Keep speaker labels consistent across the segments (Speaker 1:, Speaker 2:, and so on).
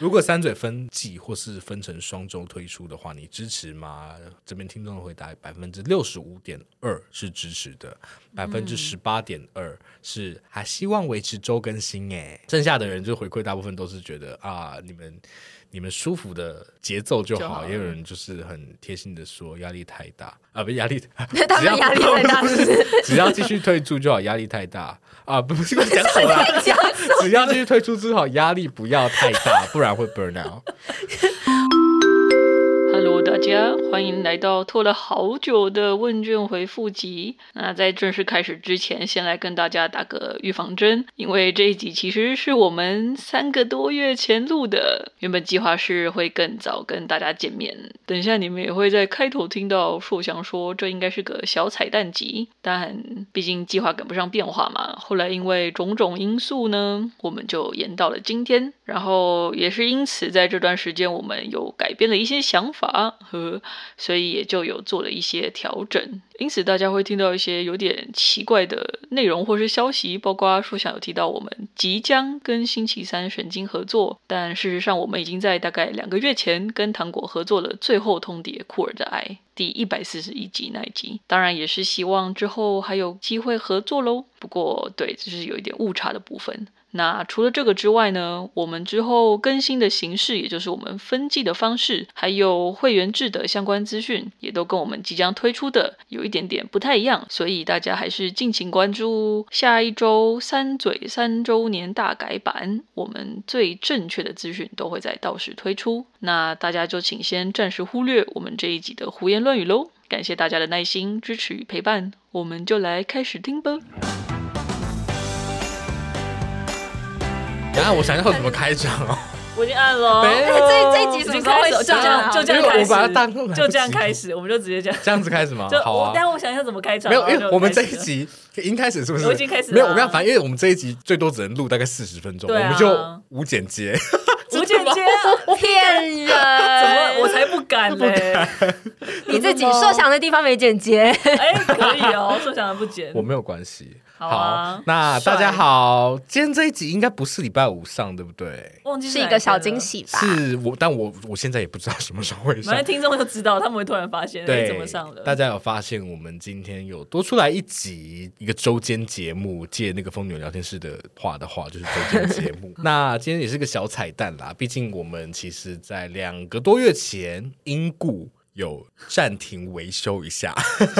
Speaker 1: 如果三嘴分季或是分成双周推出的话，你支持吗？这边听众的回答百分之六十五点二是支持的，百分之十八点二是还希望维持周更新。哎，剩下的人就回馈大部分都是觉得啊，你们你们舒服的节奏就
Speaker 2: 就
Speaker 1: 好。
Speaker 2: 好
Speaker 1: 也有人就是很贴心的说压力太大啊，不压 力，
Speaker 2: 他们压力太大是不是？
Speaker 1: 只要继 续退出就好，压力太大啊，不是讲什么 啦。
Speaker 2: 讲
Speaker 1: 只要继续退出之后，压力不要太大，不然会 burn out。
Speaker 3: Hello，大家欢迎来到拖了好久的问卷回复集。那在正式开始之前，先来跟大家打个预防针，因为这一集其实是我们三个多月前录的，原本计划是会更早跟大家见面。等一下你们也会在开头听到硕翔说这应该是个小彩蛋集，但毕竟计划赶不上变化嘛。后来因为种种因素呢，我们就延到了今天。然后也是因此，在这段时间我们有改变了一些想法和，所以也就有做了一些调整。因此大家会听到一些有点奇怪的内容或是消息，包括说想有提到我们即将跟星期三神经合作，但事实上我们已经在大概两个月前跟糖果合作了最后通牒《酷儿的爱》第一百四十一集那一集，当然也是希望之后还有机会合作喽。不过对，这是有一点误差的部分。那除了这个之外呢，我们之后更新的形式，也就是我们分季的方式，还有会员制的相关资讯，也都跟我们即将推出的有一点点不太一样，所以大家还是敬请关注下一周三嘴三周年大改版，我们最正确的资讯都会在到时推出。那大家就请先暂时忽略我们这一集的胡言乱语喽，感谢大家的耐心、支持与陪伴，我们就来开始听吧。
Speaker 1: 然后我想要怎么开场哦，
Speaker 4: 我已经按了，
Speaker 1: 没有
Speaker 2: 哎这这一集
Speaker 4: 已
Speaker 2: 什
Speaker 4: 经
Speaker 2: 么时候
Speaker 4: 开
Speaker 2: 会
Speaker 4: 始，就
Speaker 2: 上
Speaker 4: 这样，
Speaker 2: 啊？
Speaker 4: 就这
Speaker 1: 因
Speaker 4: 样
Speaker 1: 为
Speaker 4: 开
Speaker 1: 我把它当
Speaker 4: 始，就 这样开始，我们就直接这样，
Speaker 1: 这样子开始吗
Speaker 4: 就？
Speaker 1: 好
Speaker 4: 我，
Speaker 1: 啊
Speaker 4: 但。我想一下怎么开场啊。
Speaker 1: 没有，因为我们这
Speaker 4: 然后就开始
Speaker 1: 一
Speaker 4: 了
Speaker 1: 集已经开始是不是？
Speaker 4: 我已经开始了啊
Speaker 1: 没有，我跟你讲，反正因为我们这一集最多只能录大概四十分钟，
Speaker 4: 对啊
Speaker 1: 我们就无剪接。
Speaker 4: 吴姐姐啊，
Speaker 2: 骗
Speaker 4: 怎么 我
Speaker 2: 人！
Speaker 4: 才不敢呢？
Speaker 2: 你自己设想的地方没剪接，
Speaker 4: 哎，可以哦，说想的不减
Speaker 1: 我，没有关系。
Speaker 4: 好啊
Speaker 1: 那
Speaker 4: 帅
Speaker 1: 大家好，今天这一集应该不是礼拜五上，对不对？
Speaker 4: 忘记
Speaker 2: 是
Speaker 4: 哪
Speaker 2: 一
Speaker 4: 天
Speaker 2: 个小
Speaker 4: 了
Speaker 2: 惊，喜吧？
Speaker 4: 啊
Speaker 1: 是我，但我我现在也不知道什么时候会
Speaker 4: 反
Speaker 1: 上
Speaker 4: 正。听众就知道，他们会突然发现哎
Speaker 1: 对，
Speaker 4: 怎么上了。
Speaker 1: 大家有发现我们今天有多出来一集一个周间节目？借那个疯女聊天室的话的话，就是周间节 目。那今天也是个小彩蛋啦，毕竟我们其实在两个多月前因故有暂停维修 一下。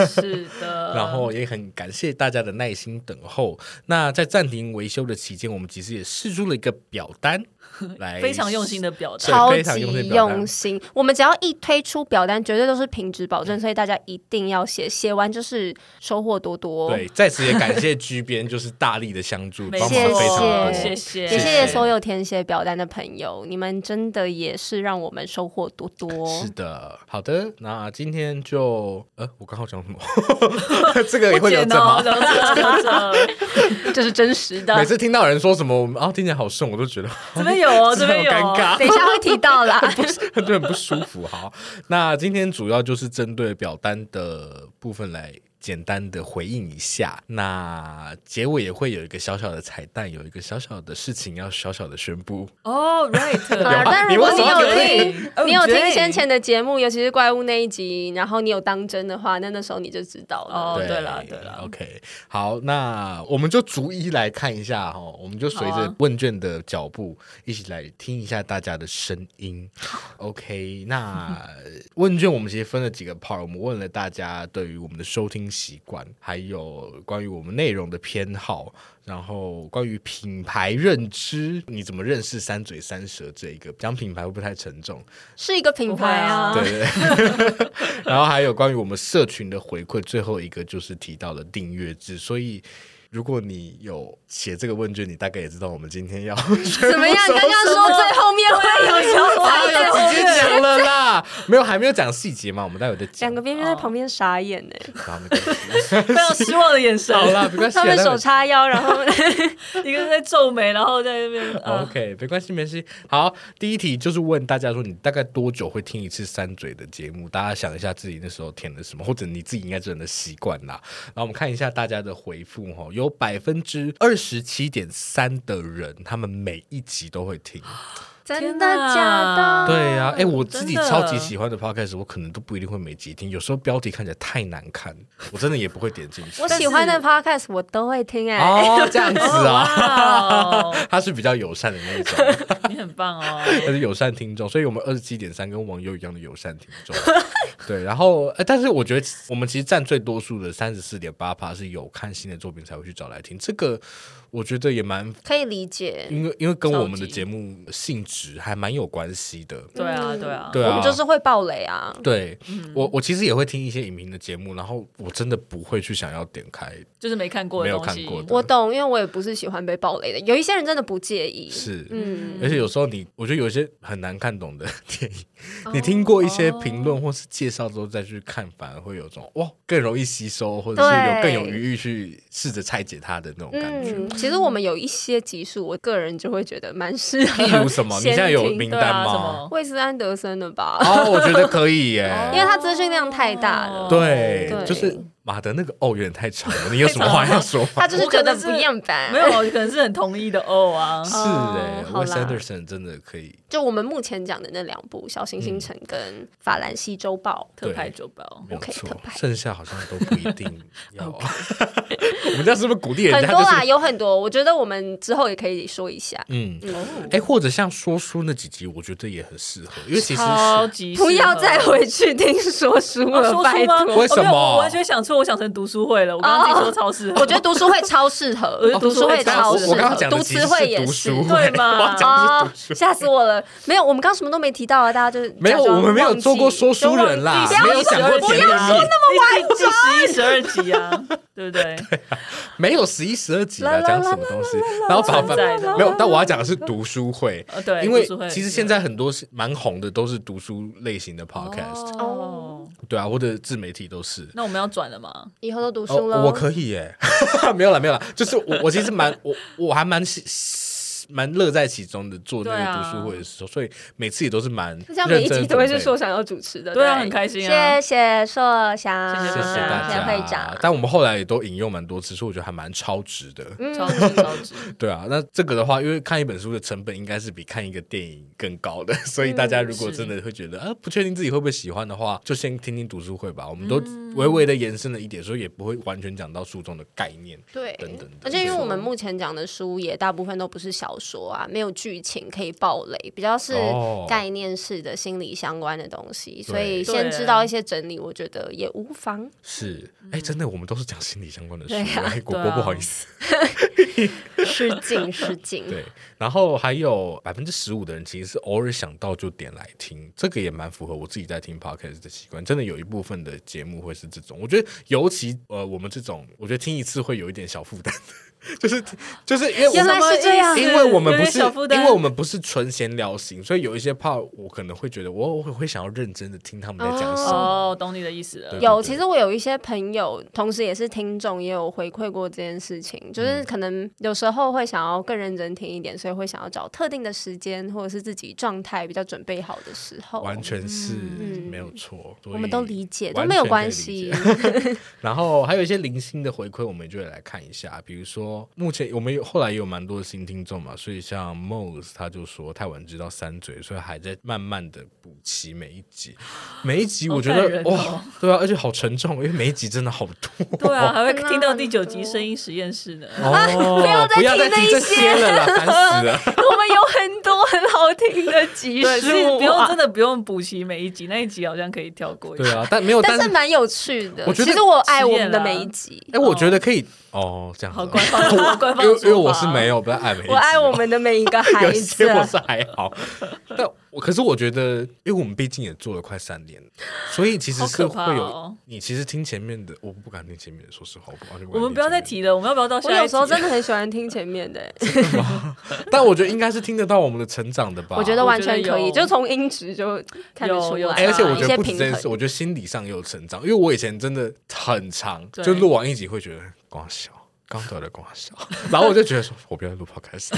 Speaker 4: 是的，
Speaker 1: 然后也很感谢大家的耐心等候。那在暂停维修的期间，我们其实也试出了一个表单 来，
Speaker 4: 非常用心。的表达
Speaker 1: 对。
Speaker 2: 超
Speaker 1: 非常
Speaker 2: 级
Speaker 1: 用心表达
Speaker 2: 用心，我们只要一推出表单，绝对都是品质保证，所以大家一定要写，写完就是收获多多。
Speaker 4: 哦
Speaker 1: 对，在此也感谢居边，就是大力的相 助，
Speaker 4: 没
Speaker 1: 帮忙
Speaker 2: 谢
Speaker 1: 非常多。
Speaker 2: 谢
Speaker 4: 谢谢，
Speaker 2: 也谢谢所有填写表单的朋友，你们真的也是让我们收获多多。
Speaker 1: 是的，好的，那今天就呃，我刚好讲什 么？这个也会留
Speaker 4: 剪
Speaker 1: 着
Speaker 4: 哦，
Speaker 1: 吗？
Speaker 4: 留着留着，
Speaker 2: 这是真实的
Speaker 1: 每次听到人说什么，我们啊听起来好顺，我都觉得
Speaker 4: 这边有哦，这边有
Speaker 1: 好尴
Speaker 4: 哦，
Speaker 1: 尬。
Speaker 2: 等一下会提到啦。
Speaker 1: 就很不舒服。好，那今天主要就是针对表单的部分来简单的回应一下。那结尾也会有一个小小的彩蛋，有一个小小的事情要小小的宣布。
Speaker 4: 哦，right，
Speaker 2: 啊，但如果你有听，
Speaker 4: 有
Speaker 2: 你有听
Speaker 4: 对
Speaker 2: 先前的节目，尤其是怪物那一集，然后你有当真的话，那那时候你就知道了。
Speaker 4: 哦对啦对啦
Speaker 1: o k 好，那我们就逐一来看一下哈，我们就随
Speaker 4: 好
Speaker 1: 着
Speaker 4: 啊
Speaker 1: 问卷的脚步一起来听一下大家的声音。OK，那问卷我们其实分了几个 part，我们问了大家对于我们的收听习惯，还有关于我们内容的偏好，然后关于品牌认知，你怎么认识三嘴三舌这一个？讲品牌会不会太沉重？
Speaker 2: 是一个品牌啊，
Speaker 1: 对对对 然后还有关于我们社群的回馈，最后一个就是提到了订阅制，所以。如果你有写这个问卷，你大概也知道我们今天要
Speaker 2: 怎么样？刚刚说最后面会有小彩蛋，
Speaker 1: 直接没有还没有讲细节嘛，我们待会再讲。
Speaker 2: 两个编编在旁边傻眼呢、
Speaker 1: 好没关 系
Speaker 3: 非常失望的眼神，
Speaker 1: 好啦，没关系
Speaker 2: 他
Speaker 1: 啊，
Speaker 2: 们
Speaker 1: 待会
Speaker 2: 手叉腰，然后
Speaker 3: 一个在皱眉，然后在那边
Speaker 2: 嗯
Speaker 3: 啊，
Speaker 1: OK，没关系，没关系。好，第一题就是问大家说，你大概多久会听一次三嘴的节目？大家想一下自己那时候填的什么，或者你自己应该真的习惯啦。然后我们看一下大家的回复哦，有百分之二十七点三的人，他们每一集都会听。
Speaker 2: 真
Speaker 3: 天
Speaker 2: 的
Speaker 3: 哪
Speaker 2: 假的？
Speaker 1: 对呀、哎、我自
Speaker 3: 真
Speaker 1: 己
Speaker 3: 的
Speaker 1: 超级喜欢的 podcast，我可能都不一定会每集听，有时候标题看起来太难看，我真的也不会点进去
Speaker 2: 我。喜欢的 podcast 我都会听哎、
Speaker 1: 哦，这样子 啊
Speaker 3: 哇哦，
Speaker 1: 他是比较友善的那一种。
Speaker 3: 你很棒哦。
Speaker 1: 他是友善听众，所以我们二十七点三跟网友一样的友善听众。对，然后、呃但是我觉得我们其实占最多数的三十四点八趴是有看新的作品才会去找来听，这个我觉得也蛮，
Speaker 2: 可以理解。
Speaker 1: 因为因为跟
Speaker 3: 超级
Speaker 1: 我们的节目性质还蛮有关系的。
Speaker 3: 对啊，对啊，
Speaker 1: 对啊
Speaker 2: 我们就是会爆雷啊。
Speaker 1: 对、我，我其实也会听一些影评的节目，然后我真的不会去想要点开，
Speaker 3: 就是没看过
Speaker 1: 没
Speaker 3: 的
Speaker 1: 有
Speaker 3: 东
Speaker 1: 看
Speaker 3: 西，
Speaker 1: 过的，
Speaker 2: 我懂，因为我也不是喜欢被爆雷的。有一些人真的不介意，
Speaker 1: 是，
Speaker 2: 嗯，
Speaker 1: 而且有时候你，我觉得有一些很难看懂的 电影，你听过一
Speaker 2: 哦
Speaker 1: 些评论或是介绍之后再去看，反而会有种哇更容易吸收，或者是有
Speaker 2: 对
Speaker 1: 更有余裕去试着拆解它的那种感觉。
Speaker 2: 嗯，其实我们有一些集数，我个人就会觉得蛮适合。
Speaker 1: 例如什 么？你现在有名
Speaker 3: 对
Speaker 1: 单
Speaker 3: 啊，什
Speaker 1: 吗？
Speaker 3: 么？
Speaker 2: 魏斯安德森的吧，
Speaker 1: 哦，我觉得可以耶。
Speaker 2: 哦因为他资讯量太大了。
Speaker 1: 对，
Speaker 2: 对
Speaker 1: 就是马德那个哦有点太长了，你有什么话要说吗？
Speaker 2: 他就是觉得不一样吧？
Speaker 3: 没有，我可能是很同意的哦啊。
Speaker 1: 是
Speaker 2: 哦
Speaker 1: 哎
Speaker 2: 好
Speaker 1: ，Wes
Speaker 2: 啦
Speaker 1: Anderson 真的可以。
Speaker 2: 就我们目前讲的那两部《小行星城》跟《法兰西周报》
Speaker 3: 特派酒包，
Speaker 1: 没有
Speaker 2: OK，
Speaker 1: 错
Speaker 2: 特，派
Speaker 1: 剩下好像都不一 定要。 我们这样是不是鼓励人
Speaker 2: 很
Speaker 1: 家？
Speaker 2: 多
Speaker 1: 就
Speaker 2: 啦，
Speaker 1: 是
Speaker 2: 有很多。我觉得我们之后也可以说一下。
Speaker 1: 嗯，
Speaker 3: 哦，
Speaker 1: 哎，或者像说书那几集，我觉得也很适合，因为其实
Speaker 3: 超
Speaker 1: 是
Speaker 3: 级
Speaker 2: 不要再
Speaker 3: 回。
Speaker 2: 回去听说书
Speaker 3: 哦
Speaker 2: 了，
Speaker 3: 说
Speaker 2: 拜
Speaker 3: 书吗？
Speaker 2: 托。
Speaker 1: 为什么
Speaker 3: 哦没有我完全想错，我想成读书会了。我刚刚自己说超市，
Speaker 2: 我觉得读书会超适合，我觉得读书会
Speaker 3: 哦
Speaker 2: 超
Speaker 1: 我
Speaker 2: 适
Speaker 1: 我刚刚
Speaker 2: 合，
Speaker 1: 讲的
Speaker 2: 读
Speaker 1: 其
Speaker 2: 词
Speaker 1: 实
Speaker 2: 汇
Speaker 1: 是
Speaker 2: 也
Speaker 1: 读
Speaker 2: 是
Speaker 1: 书。会，
Speaker 3: 对吗
Speaker 1: 我 讲的
Speaker 2: 哦， 吓死我了！没有，我们刚刚什么都没提到啊，大家就是
Speaker 1: 没有，
Speaker 2: 假装
Speaker 1: 我们没有
Speaker 2: 忘记
Speaker 1: 做过说书人啦
Speaker 2: 就
Speaker 1: 没
Speaker 2: 忘，记不
Speaker 1: 有
Speaker 2: 要
Speaker 1: 讲过甜言蜜语，
Speaker 3: 那么完整，第十一、十二集啊，对不 对？
Speaker 1: 没有十一十二集啦，
Speaker 2: 啦啦
Speaker 1: 讲什么东西？然后反
Speaker 3: 存在
Speaker 1: 反
Speaker 3: 的
Speaker 1: 没有，但我要讲的是读书 会
Speaker 2: 哦
Speaker 3: 呃，对
Speaker 1: 因为
Speaker 3: 读书会
Speaker 1: 其实现在很多是蛮红的，都是读书类型的 podcast，
Speaker 3: 哦，
Speaker 1: 对啊，或者自媒体都是。
Speaker 3: 那我们要转了吗？
Speaker 2: 以后都读
Speaker 1: 哦
Speaker 2: 书了。
Speaker 1: 我可以耶， 没有啦，没有啦，就是我我其实蛮我我还蛮喜蛮乐在其中的做那
Speaker 3: 对
Speaker 1: 个
Speaker 3: 啊
Speaker 1: 读书会的时候，所以每次也都是蛮
Speaker 2: 这样每
Speaker 1: 认
Speaker 2: 一
Speaker 1: 真
Speaker 2: 集都会
Speaker 1: 准备
Speaker 2: 是硕想要主持的，
Speaker 3: 对啊
Speaker 2: 不
Speaker 3: 很开心啊
Speaker 2: 谢谢硕翔，
Speaker 3: 谢
Speaker 1: 谢谢大
Speaker 2: 谢
Speaker 1: 家，
Speaker 2: 谢啊会长。
Speaker 1: 但我们后来也都引用蛮多次，所以我觉得还蛮超值的。
Speaker 2: 嗯
Speaker 3: 超值，超值。
Speaker 1: 对啊，那这个的话，因为看一本书的成本应该是比看一个电影更高的， 所以大家如果真的会觉得、啊不确定自己会不会喜欢的话，就先听听读书会吧。我们都
Speaker 2: 嗯
Speaker 1: 微微的延伸了一点，所以也不会完全讲到书中的概念。
Speaker 2: 对
Speaker 1: 等等的
Speaker 2: 而且因为我们目前讲的书也大部分都不是小说啊，没有剧情可以爆雷，比较是
Speaker 1: 哦
Speaker 2: 概念式的心理相关的东西，所
Speaker 1: 对
Speaker 2: 以先知道一些整理，我觉得也无 妨。
Speaker 1: 是，哎，真的，我们都是讲心理相关的书，
Speaker 2: 对啊
Speaker 1: 哎，果
Speaker 3: 嗯对
Speaker 1: 果
Speaker 3: 啊
Speaker 1: 不好意思。
Speaker 2: 失敬失敬，
Speaker 1: 对，然后还有百分之十五的人其实是偶尔想到就点来听，这个也蛮符合我自己在听 podcast 的习惯。真的有一部分的节目会是这种，我觉得尤其呃我们这种，我觉得听一次会有一点小负担， 就是就是因为我
Speaker 2: 原来
Speaker 1: 们。
Speaker 2: 是这样
Speaker 1: 因为我们
Speaker 3: 有
Speaker 1: 不
Speaker 3: 点
Speaker 1: 是，
Speaker 3: 小负担
Speaker 1: 因为我们不是纯闲聊型，所以有一些怕我可能会觉得我我会想要认真的听他们在讲什么。
Speaker 3: 哦，懂你的意思了
Speaker 1: 对。
Speaker 2: 有，其实我有一些朋友，同时也是听众，也有回馈过这件事情，就是
Speaker 1: 嗯
Speaker 2: 可能有时候会想要更认真听一点，所以会想要找特定的时间，或者是自己状态比较准备好的时候。
Speaker 1: 完全是、没有错，
Speaker 2: 哦嗯我们都理解，都
Speaker 1: 完
Speaker 2: 没有
Speaker 1: 全可以
Speaker 2: 关
Speaker 1: 理
Speaker 2: 系
Speaker 1: 解。 然后还有一些零星的回馈，我们就会来看一下。比如说，目前我们有后来也有蛮多的新听众嘛，所以像 Mose 他就说太晚知道三嘴，所以还在慢慢的补齐每一 集。每一集我觉
Speaker 3: 好感
Speaker 1: 得、
Speaker 3: 人哦
Speaker 1: 哇，对啊，而且好沉重，因为每一集真的好 多。
Speaker 3: 对啊，还会听到第九集声音实验 室呢。
Speaker 1: 哦，
Speaker 2: 不要再
Speaker 1: 不要再
Speaker 2: 听
Speaker 1: 听
Speaker 2: 那
Speaker 1: 这
Speaker 2: 一
Speaker 1: 些了啦，烦死 了。
Speaker 2: 我们有很多很好听的集
Speaker 3: 对，
Speaker 1: 啊
Speaker 3: 所以
Speaker 2: 数，
Speaker 3: 不用真的不用补齐每一集，那一集好像可以跳过一
Speaker 1: 对
Speaker 3: 下。
Speaker 1: 啊，但没有，
Speaker 2: 但
Speaker 1: 但
Speaker 2: 是蛮有趣的。
Speaker 1: 我觉得
Speaker 2: 其实我爱我们
Speaker 3: 实
Speaker 2: 的
Speaker 3: 验啦
Speaker 2: 每一集，
Speaker 1: 哎，我觉得可以哦，这样子
Speaker 3: 好
Speaker 1: 哦
Speaker 3: 官方，好官 方
Speaker 1: 因为
Speaker 3: 说法
Speaker 1: 因为我是没有不要爱每一集
Speaker 2: 我爱
Speaker 1: 哦
Speaker 2: 我们的每一个孩
Speaker 1: 有
Speaker 2: 子
Speaker 1: 些。
Speaker 2: 啊
Speaker 1: 我是还好，但我可是我觉得，因为我们毕竟也做了快三年点，所以其实
Speaker 3: 好
Speaker 1: 是
Speaker 3: 可
Speaker 1: 会
Speaker 3: 怕
Speaker 1: 有、
Speaker 3: 哦
Speaker 1: 你其实听前面的，我不敢听前面的，说实话，我不完全不敢
Speaker 3: 我
Speaker 1: 听
Speaker 3: 们不要
Speaker 1: 前
Speaker 3: 再
Speaker 1: 面的
Speaker 3: 提了，我们要不要到下
Speaker 2: 我
Speaker 3: 一集？
Speaker 2: 有时候真的很喜欢听前面的、
Speaker 1: 但我觉得应该是听得到我们的成长的吧。
Speaker 2: 我觉得完
Speaker 3: 我
Speaker 2: 全
Speaker 3: 觉得
Speaker 2: 可以，
Speaker 3: 有
Speaker 2: 就从音质就看得出
Speaker 3: 有有
Speaker 2: 来，啊
Speaker 1: 哎，而且我
Speaker 2: 一
Speaker 1: 觉得
Speaker 2: 些
Speaker 1: 不止
Speaker 2: 平
Speaker 1: 这件事，
Speaker 2: 衡。
Speaker 1: 我觉得心理上也有成长，因为我以前真的很长，
Speaker 3: 对
Speaker 1: 就录完一集会觉得光小。刚到的光小，然后我就觉得说，我不要录 podcast，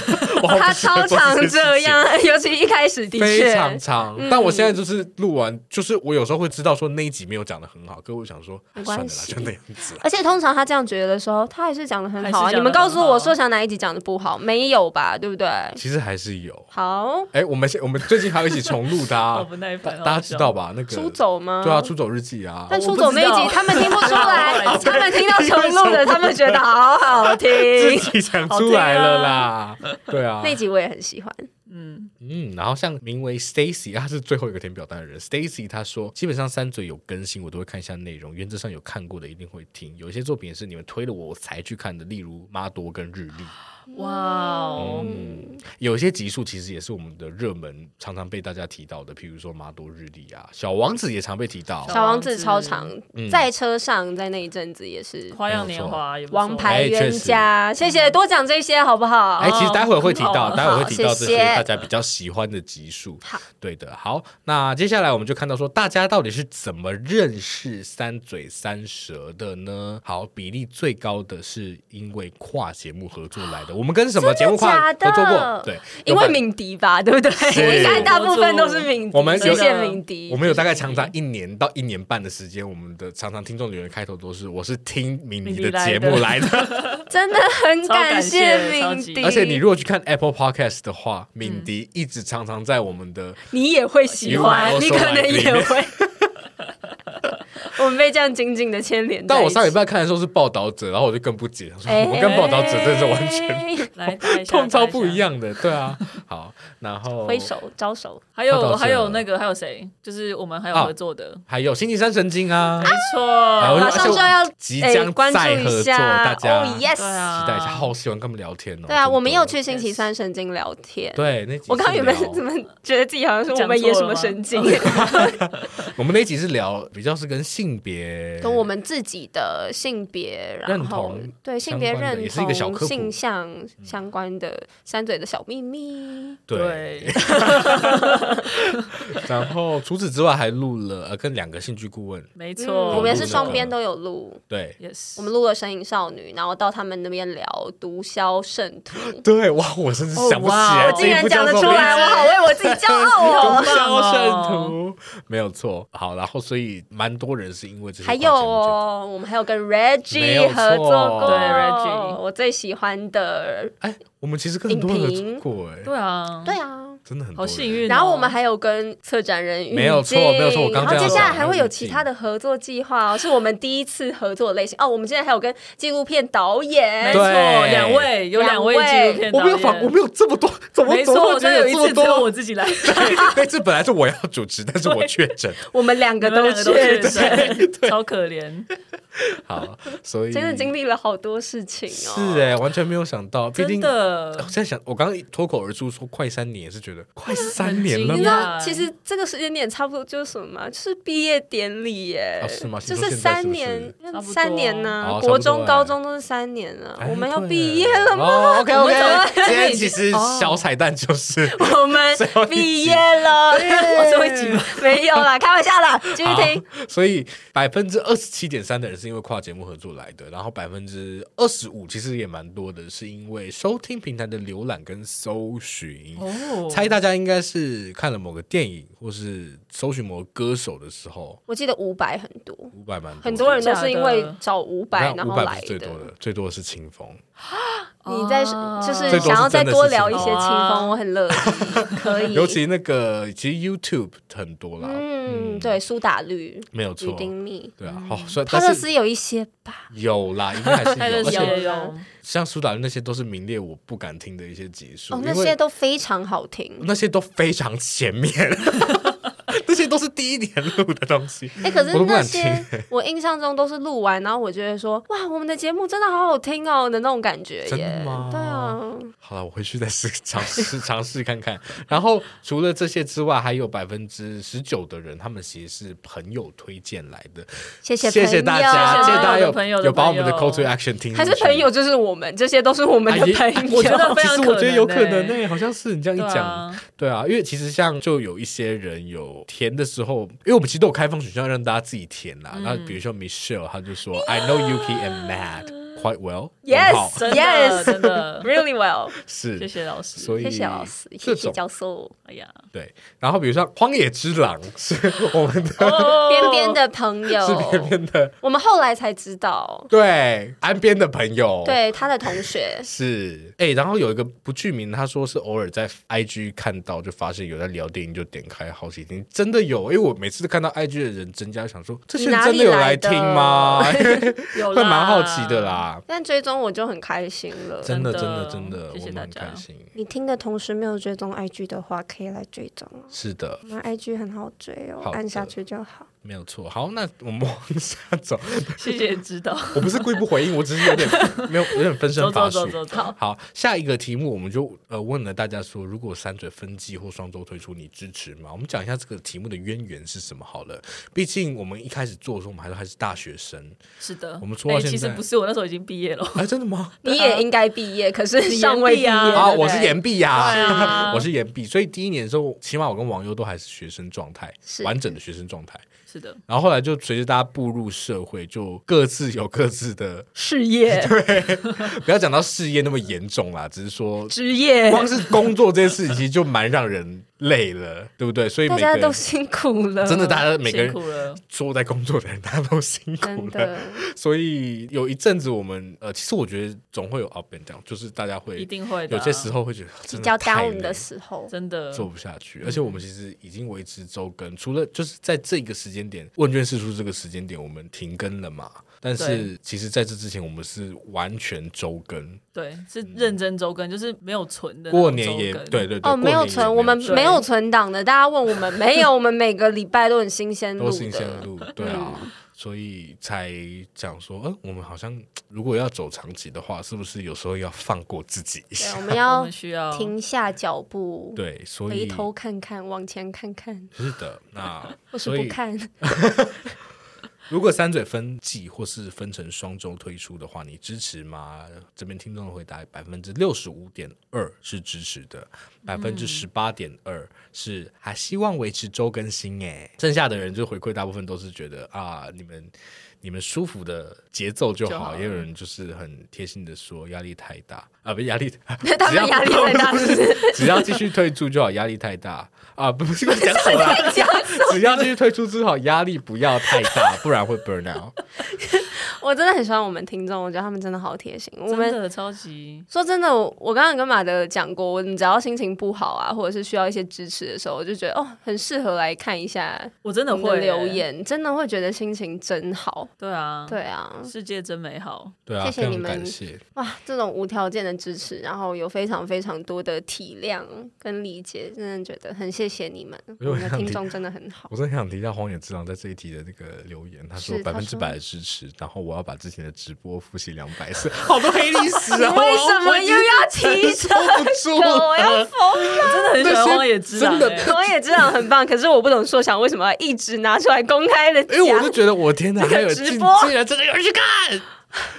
Speaker 1: 我 好不
Speaker 2: 他
Speaker 1: 喜欢
Speaker 2: 超
Speaker 1: 做
Speaker 2: 常
Speaker 1: 件事
Speaker 2: 这
Speaker 1: 情
Speaker 2: 样， 尤其一开始的
Speaker 1: 非
Speaker 2: 确，嗯
Speaker 1: 常长。但我现在就是录完，就是我有时候会知道说那一集没有讲的很好，可我想说，
Speaker 2: 没
Speaker 1: 算了啦，
Speaker 2: 关系
Speaker 1: 就那样子啦。
Speaker 2: 而且通常他这样觉得的时候，他还是讲的很好
Speaker 3: 还
Speaker 2: 啊。
Speaker 3: 是讲得
Speaker 2: 你们告诉
Speaker 3: 很好
Speaker 2: 我说想哪一集讲的不好，没有吧？对不对？
Speaker 1: 其实还是有。
Speaker 2: 好，
Speaker 1: 哎，我们现我们最近还有一起重录的
Speaker 3: 好
Speaker 1: 啊
Speaker 3: 不，耐
Speaker 1: 大
Speaker 3: 烦，
Speaker 1: 大家知道吧？那个
Speaker 2: 出走吗？
Speaker 1: 对啊，出走日记啊，
Speaker 2: 但
Speaker 3: 我
Speaker 2: 出
Speaker 3: 不
Speaker 2: 走
Speaker 3: 知
Speaker 2: 那一
Speaker 3: 道
Speaker 2: 集，他们听不出来，
Speaker 3: 哦对
Speaker 2: 他们听到重录的，他们觉得好好听。
Speaker 3: 啊
Speaker 1: 自己讲出来了啦。 对啊，
Speaker 2: 啊那集我也很喜欢，
Speaker 3: 嗯，
Speaker 1: 嗯，然后像名为 Stacy，他是最后一个填表单的人。Stacy 他说，基本上三嘴有更新，我都会看一下内容，原则上有看过的一定会听。有一些作品也是你们推了我才去看的，例如《妈多》跟《日历》。
Speaker 3: 哇哦，
Speaker 1: 嗯，有一些集数其实也是我们的热门，常常被大家提到的，譬如说《妈多日历》啊，《小王子》也常被提到
Speaker 3: 小。
Speaker 2: 小王
Speaker 3: 王
Speaker 2: 子
Speaker 3: 子
Speaker 2: 超长
Speaker 1: 嗯，
Speaker 2: 在车上，在那一阵子也是
Speaker 3: 花样年华也不错
Speaker 2: 王牌
Speaker 1: 哎确
Speaker 2: 冤
Speaker 1: 实
Speaker 2: 家。谢
Speaker 3: 嗯
Speaker 2: 谢，多讲这些好不好？
Speaker 1: 哎，其实待会儿会提到，
Speaker 3: 哦
Speaker 1: 待会儿会提到这些
Speaker 2: 好谢谢
Speaker 1: 大家比较喜欢的集数。
Speaker 2: 好，
Speaker 1: 对的。好，那接下来我们就看到说，大家到底是怎么认识三嘴三舌的呢？好，比例最高的是因为跨节目合作来的。我们跟什么节目跨
Speaker 2: 假的
Speaker 1: 合作过？对，
Speaker 2: 因为
Speaker 1: 有
Speaker 2: 敏迪吧，对不对？ 应该大部分都是敏迪，
Speaker 1: 我们
Speaker 2: 谢谢
Speaker 3: 有
Speaker 2: 敏迪。
Speaker 1: 我们有大概长达一年到一年半的时间，我们的常常听众留言开头都是我是听明尼的节目来 的，
Speaker 2: 真的很感
Speaker 3: 超
Speaker 2: 敏
Speaker 3: 感谢超
Speaker 2: 迪，嗯
Speaker 3: 级
Speaker 1: 而且你如果去看 Apple Podcast 的话，敏迪一直常常在我们的
Speaker 2: 你也会喜欢
Speaker 1: You are also
Speaker 2: 你可能
Speaker 1: like
Speaker 2: 也会。 我们被这样紧紧的牵连在一起。
Speaker 1: 但我上礼拜看的时候是报道者，然后我就更不解，我说
Speaker 2: 哎，
Speaker 1: 我跟报道者真的是完 全
Speaker 2: 全
Speaker 3: 来带一下
Speaker 1: 碰超
Speaker 3: 带下
Speaker 1: 不一样
Speaker 2: 哎
Speaker 1: 的，对啊。好，然后
Speaker 2: 挥手招手，
Speaker 3: 还
Speaker 1: 报道
Speaker 3: 有
Speaker 1: 者
Speaker 3: 还有那个还有谁？就是我们还有
Speaker 1: 啊
Speaker 3: 合作的，
Speaker 1: 还有星期三神经
Speaker 2: 哎
Speaker 1: 啊
Speaker 3: 没，错，
Speaker 1: 然后
Speaker 2: 马上就要
Speaker 1: 即
Speaker 2: 哎
Speaker 1: 将
Speaker 2: 关注
Speaker 1: 再合
Speaker 2: 一
Speaker 1: 作
Speaker 2: 下
Speaker 1: 大家
Speaker 2: 哦，yes，
Speaker 3: 对啊，
Speaker 1: 期待一下，好喜欢跟他们聊天哦。
Speaker 2: 对啊，
Speaker 1: 真的
Speaker 2: 我们也有去星期三神经聊天。
Speaker 1: 对那集
Speaker 2: 我刚刚
Speaker 1: 是
Speaker 2: 原本
Speaker 1: 聊
Speaker 2: 怎么觉得自己好像说我们也什么神经，
Speaker 1: 我们那一集是聊比较是跟性别，
Speaker 2: 跟我们自己的性别，然
Speaker 1: 认
Speaker 2: 后
Speaker 1: 同
Speaker 2: 对性别
Speaker 1: 相关的
Speaker 2: 认
Speaker 1: 也是一个小
Speaker 2: 同、
Speaker 1: 科普嗯
Speaker 2: 性向相关的三嘴的小秘密。
Speaker 1: 对。
Speaker 3: 对，
Speaker 1: 然后除此之外还录了呃跟两个兴趣顾问，
Speaker 3: 没
Speaker 2: 嗯，
Speaker 3: 错，
Speaker 2: 我们也
Speaker 1: 录
Speaker 2: 是
Speaker 1: 那
Speaker 2: 双
Speaker 1: 个
Speaker 2: 边都有录，
Speaker 1: 对
Speaker 3: ，yes，
Speaker 2: 我们录了《神隐少女》，然后到他们那边聊毒枭圣徒，
Speaker 1: 对，哇，我甚至想不起
Speaker 3: 哇
Speaker 1: 来
Speaker 3: 我
Speaker 1: 这
Speaker 2: 哦竟
Speaker 1: 一
Speaker 2: 然
Speaker 1: 部叫
Speaker 2: 讲得
Speaker 1: 什么
Speaker 2: 出来，
Speaker 1: 名字
Speaker 2: 我好为我自己骄傲
Speaker 1: 东
Speaker 2: 哦。
Speaker 1: 萧圣
Speaker 3: 棒
Speaker 1: 徒没有错，好，然后所以蛮多人是因为这些
Speaker 2: 还
Speaker 1: 跨
Speaker 2: 有
Speaker 1: 节目节目，
Speaker 2: 哦，我们还有跟
Speaker 1: 没有
Speaker 2: Reggie
Speaker 1: 错
Speaker 2: 合作过，
Speaker 3: 对，Reggie
Speaker 2: 我最喜欢的，
Speaker 1: 哎，我们其实跟很多人合作过，哎，
Speaker 3: 对啊，
Speaker 2: 对啊。
Speaker 1: 真的很多
Speaker 3: 好
Speaker 1: 人
Speaker 3: 幸。运哦。
Speaker 2: 然后我们还有跟策展人雨静
Speaker 1: 没有错没有错我刚
Speaker 2: 然后
Speaker 1: 这样
Speaker 2: 接下来
Speaker 1: 讲
Speaker 2: 还会有其他的合作计划哦，是我们第一次合作的类型哦。我们今天还有跟纪录片导
Speaker 3: 没
Speaker 2: 演
Speaker 3: 错，
Speaker 1: 对
Speaker 3: 两位有两位
Speaker 2: 两位
Speaker 3: 纪录 片
Speaker 1: 我
Speaker 3: 导
Speaker 1: 没
Speaker 3: 演，
Speaker 1: 有访，我没有这么多，怎么
Speaker 3: 没
Speaker 1: 怎么
Speaker 3: 错，
Speaker 1: 会
Speaker 3: 我
Speaker 1: 觉
Speaker 3: 真
Speaker 1: 得
Speaker 3: 的有
Speaker 1: 这
Speaker 3: 一
Speaker 1: 么
Speaker 3: 次只有
Speaker 1: 多？
Speaker 3: 我自己来，
Speaker 1: 那次本来是我要主持，但是我确诊，
Speaker 2: 我们两个
Speaker 3: 你们
Speaker 2: 都
Speaker 3: 两个都确
Speaker 2: 确诊，
Speaker 3: 诊，超可怜。
Speaker 1: 好，所以
Speaker 2: 真的经历了好多事情哦。
Speaker 1: 是哎，完全没有想到，毕
Speaker 3: 真
Speaker 1: 竟
Speaker 3: 的
Speaker 1: 我现在想，我刚刚脱口而出说快三年，也是觉得快三年了
Speaker 3: 很
Speaker 2: 你知
Speaker 3: 惊
Speaker 1: 吗？
Speaker 2: 道，
Speaker 3: 讶
Speaker 2: 其实这个时间点差不多就是什么吗？就是毕业典礼耶，
Speaker 1: 啊是吗
Speaker 2: 就
Speaker 1: 听说
Speaker 2: 是
Speaker 1: 现在是
Speaker 2: 三
Speaker 1: 不是
Speaker 2: 年嗯
Speaker 3: 差，不多
Speaker 2: 三年呢、
Speaker 1: 哦
Speaker 2: 国
Speaker 1: 差不
Speaker 2: 中、
Speaker 1: 多哎
Speaker 2: 高中都是三年啊，
Speaker 1: 哎
Speaker 2: 我们要
Speaker 1: 对
Speaker 2: 毕业了吗？
Speaker 1: 哦，OK
Speaker 2: 我们怎么
Speaker 1: OK，
Speaker 2: 会
Speaker 1: 今天其实小彩蛋就是
Speaker 2: 我们
Speaker 1: 最后一集
Speaker 2: 毕业 了，
Speaker 1: 对
Speaker 2: 最后一集吗 没 有啦，开玩笑啦，继续听。
Speaker 1: 好所以百分之二十七点三的人是因为跨节目合作来的，然后百分之二十五其实也蛮多的，是因为收听平台的浏览跟搜寻。
Speaker 3: 哦
Speaker 1: 猜大家应该是看了某个电影，或是搜寻某个歌手的时候，
Speaker 2: 我记得伍佰很多，
Speaker 1: 五百蛮多的
Speaker 2: 很多人都是因为
Speaker 3: 哦真的
Speaker 2: 找伍
Speaker 1: 你
Speaker 2: 佰
Speaker 1: 看
Speaker 2: 然
Speaker 1: 伍
Speaker 2: 后
Speaker 1: 佰不
Speaker 2: 来
Speaker 1: 是最多的，最多的是清风。
Speaker 2: 你再
Speaker 3: 哦
Speaker 2: 就是
Speaker 1: 最多是
Speaker 2: 想要再
Speaker 1: 真的
Speaker 2: 多
Speaker 1: 是
Speaker 2: 聊一
Speaker 1: 清
Speaker 2: 些
Speaker 3: 风
Speaker 2: 清
Speaker 3: 好啊
Speaker 2: 风，我很乐意， 可以。
Speaker 1: 尤其那个，其实 YouTube 很多啦，
Speaker 2: 嗯，对，苏打绿、
Speaker 1: 没有
Speaker 2: 雨
Speaker 1: 错，
Speaker 2: 丁蜜。
Speaker 1: 对啊，好、所以
Speaker 2: 帕
Speaker 1: 但
Speaker 2: 特
Speaker 1: 是
Speaker 2: 斯有一些吧，
Speaker 1: 有啦，应该还
Speaker 3: 泰勒
Speaker 1: 是
Speaker 3: 斯
Speaker 1: 有，
Speaker 2: 有
Speaker 1: 而且
Speaker 3: 也有
Speaker 1: 像苏打绿那些都是名列我不敢听的一些集数，
Speaker 2: 哦，
Speaker 1: 因嗯
Speaker 2: 那
Speaker 1: 为
Speaker 2: 些都非常好听。
Speaker 1: 那些都非常前面。那些都是第一年录的东西。
Speaker 2: 哎、可
Speaker 1: 我
Speaker 2: 是
Speaker 1: 都不
Speaker 2: 那
Speaker 1: 敢
Speaker 2: 些 我印象中都是录完，然后我就会说，哇，我们的节目真的好好听哦的那种感觉耶。
Speaker 1: 真的吗
Speaker 2: 对啊，
Speaker 1: 好了，我回去再试尝试尝试看看。 然后除了这些之外，还有百分之十九的人，他们其实是朋友推荐来的。
Speaker 2: 谢
Speaker 1: 谢
Speaker 2: 谢
Speaker 1: 谢大家，
Speaker 3: 谢
Speaker 1: 谢
Speaker 3: 谢
Speaker 1: 谢大家有
Speaker 3: 朋友的朋友的
Speaker 1: 有把我们的
Speaker 3: 朋
Speaker 1: call
Speaker 3: 友
Speaker 1: to action 听进去，
Speaker 2: 还是朋友就是我们，这些都是我们
Speaker 1: 哎
Speaker 2: 的哦
Speaker 1: 也
Speaker 2: 朋友。
Speaker 1: 我觉得
Speaker 3: 非
Speaker 1: 其
Speaker 3: 常
Speaker 1: 实我
Speaker 3: 可
Speaker 1: 觉得有可
Speaker 3: 能欸
Speaker 1: 能呢、好像是你这样一
Speaker 3: 对
Speaker 1: 讲，
Speaker 3: 啊
Speaker 1: 对啊，因为其实像就有一些人有填的时候，因为我们其实都有开放选项让大家自己填啦。那、
Speaker 2: 嗯
Speaker 1: 比如说 Michelle，他就说 I know Yuki am mad quite well，很好
Speaker 2: Yes，
Speaker 3: 真的
Speaker 2: Yes
Speaker 3: 真的，
Speaker 2: Really well，
Speaker 1: 是，
Speaker 3: 谢谢老 师，
Speaker 1: 所以
Speaker 2: 谢谢老师，
Speaker 1: 这
Speaker 2: 谢谢
Speaker 1: 种
Speaker 2: 教授。
Speaker 3: 哎呀，
Speaker 1: 对。然后比如像《荒野之狼》是我们的，
Speaker 3: 边
Speaker 2: 边边的朋 友，
Speaker 1: 是边边的，哦
Speaker 2: 我们后来才知道，
Speaker 1: 对，岸边的朋友，。。
Speaker 2: 对他的同学
Speaker 1: 是，哎、然后有一个不具名，他说是偶尔在 IG 看到，就发现有在聊电影，就点开好奇听，真的有，因为我每次都看到 IG 的人增加，想说这些人真的有来听吗？
Speaker 3: 哦有
Speaker 1: 会
Speaker 3: 啦
Speaker 1: 蛮好奇的。啦，
Speaker 2: 但追踪我就很开心了。
Speaker 1: 真的真
Speaker 3: 真
Speaker 1: 的
Speaker 3: 的
Speaker 1: 真的，
Speaker 3: 谢谢
Speaker 1: 我蛮
Speaker 3: 大家
Speaker 1: 开心。
Speaker 2: 你听的同时没有追踪 IG 的话，可以来追踪。啊
Speaker 1: 是的，
Speaker 2: 我们 IG 很好追哦
Speaker 1: 好，的
Speaker 2: 按下去就好。
Speaker 1: 没有错。好，那我们往下走。
Speaker 3: 谢谢指导，
Speaker 1: 我不是故意不回应，我只是有点没有有点分身
Speaker 3: 走
Speaker 1: 乏
Speaker 3: 走
Speaker 1: 术
Speaker 3: 走。走走，
Speaker 1: 好，下一个题目我们就呃问了大家说，如果三嘴分季或双周推出，你支持吗？我们讲一下这个题目的渊源是什么好了。毕竟我们一开始做的时候，我们还都还是大学生。
Speaker 3: 是的，
Speaker 1: 我们出到
Speaker 3: 哎
Speaker 1: 现
Speaker 3: 其实
Speaker 1: 在
Speaker 3: 不是，我那时候已经毕业了。
Speaker 1: 哎，真的吗？
Speaker 2: 你也应该毕业，可是尚啊未毕业。
Speaker 3: 你也 毕业对
Speaker 1: 啊，
Speaker 3: 对
Speaker 1: 我是岩壁呀、
Speaker 3: 对啊
Speaker 1: 我是岩壁，所以第一年的时候，起码我跟网友都还是学生状态，
Speaker 2: 是
Speaker 1: 完整的学生状态。
Speaker 3: 是的，
Speaker 1: 然后后来就随着大家步入社会，就各自有各自的，
Speaker 3: 事业、
Speaker 1: 不要讲到事业那么严重啦，只是说
Speaker 3: 职业
Speaker 1: 光是工作这件事情，其实就蛮让人累了，对不对？所以
Speaker 2: 大
Speaker 1: 每个
Speaker 2: 家
Speaker 1: 人
Speaker 2: 都辛苦了，
Speaker 1: 真的，大家每个
Speaker 3: 辛
Speaker 1: 人
Speaker 3: 苦了，
Speaker 1: 所有在工作的人，大家都辛苦
Speaker 2: 真
Speaker 1: 了。
Speaker 2: 的。
Speaker 1: 所以有一阵子，我们呃，其实我觉得总会有 up and down，就是大家会
Speaker 3: 一定会的
Speaker 1: 有
Speaker 3: 啊。
Speaker 1: 些时候会觉得
Speaker 2: 比较
Speaker 1: 耽
Speaker 2: 耽
Speaker 1: 误
Speaker 2: 误的时候，嗯
Speaker 3: 真的
Speaker 1: 做不下去，而且我们其实已经维持周更，除了就是在这个时间点，问卷试出这个时间点，我们停更了嘛。但是
Speaker 3: 对
Speaker 1: 其实在这之前，我们是完全周更，
Speaker 3: 对，是认真周更，就是没有存的那
Speaker 1: 嗯
Speaker 3: 种
Speaker 1: 过年也
Speaker 3: 周更
Speaker 1: 对对对，
Speaker 2: 哦，
Speaker 1: 过
Speaker 2: 没
Speaker 1: 年
Speaker 2: 有
Speaker 1: 也
Speaker 2: 存，我们
Speaker 3: 存
Speaker 2: 没有存档的。大家问我们没有，我们每个礼拜都很新鲜录
Speaker 1: 都新鲜的
Speaker 2: 的。 嗯
Speaker 1: 路，对啊，所以才讲说，嗯，我们好像如果要走长期的话，是不是有时候要放过自己一
Speaker 2: 对，啊
Speaker 1: 下？
Speaker 2: 我们
Speaker 3: 我
Speaker 2: 要
Speaker 3: 们需要
Speaker 2: 停下脚步，
Speaker 1: 对，所
Speaker 2: 回
Speaker 1: 以
Speaker 2: 头看看，往前看看，
Speaker 1: 是的，那
Speaker 2: 或是
Speaker 1: 所
Speaker 2: 不
Speaker 1: 以
Speaker 2: 看。
Speaker 1: 如果三嘴分季或是分成双周推出的话，你支持吗？这边听众的回答百分之六十五点二是支持的，百分之十八点二是还希望维持周更新。哎，剩下的人就回馈大部分都是觉得啊，你们你们舒服的节奏就好。
Speaker 3: 就好
Speaker 1: 也有人就是很贴心的说压力太大啊，不是压力，
Speaker 2: 他们压力太大是不是？
Speaker 1: 只要继续退出就好，压力太大啊！不不 是讲什么啦，只要继续退出之后，压力不要太大，不然会 burn out。
Speaker 2: 我真的很喜欢我们听众，我觉得他们真的好贴心。我
Speaker 3: 真
Speaker 2: 们
Speaker 3: 的超级
Speaker 2: 说真的，我我刚刚有跟马德讲过，我们只要心情不好啊，或者是需要一些支持的时候，我就觉得哦，很适合来看一下
Speaker 3: 我真的
Speaker 2: 我们的
Speaker 3: 会
Speaker 2: 留，言，真的会觉得心情真好。
Speaker 3: 对啊，
Speaker 2: 对，啊，
Speaker 3: 世界真美好，
Speaker 1: 对啊，非
Speaker 2: 谢谢
Speaker 1: 常
Speaker 2: 你们
Speaker 1: 感谢。
Speaker 2: 哇，这种无条件的支持，然后有非常非常多的体谅跟理解，真的觉得很谢谢你们，
Speaker 1: 因为我
Speaker 2: 我们
Speaker 1: 想
Speaker 2: 的听
Speaker 1: 提
Speaker 2: 众真的很 好。
Speaker 1: 我真的想提一下荒野之狼在这一题的那个留言，他说
Speaker 2: 是
Speaker 1: 百
Speaker 2: 他
Speaker 1: 分之
Speaker 2: 说
Speaker 1: 百的支持，然后我要把之前的直播复习两百次， 好多黑历史啊！
Speaker 2: 为什 么
Speaker 1: 我已经
Speaker 2: 又要提
Speaker 1: 受不住
Speaker 2: 我要
Speaker 1: 了？
Speaker 3: 我真的很喜
Speaker 1: 那
Speaker 3: 欢
Speaker 1: 些
Speaker 3: 荒野之狼
Speaker 1: 真的
Speaker 3: 欸，
Speaker 2: 我也知道很棒，可是我不懂硕想为什么要一直拿出来公开的
Speaker 1: 因为我就
Speaker 2: 讲。
Speaker 1: 觉得我天哪，
Speaker 2: 那个
Speaker 1: 还有
Speaker 2: 直
Speaker 1: 竟
Speaker 2: 播
Speaker 1: 竟然真的有人去 看！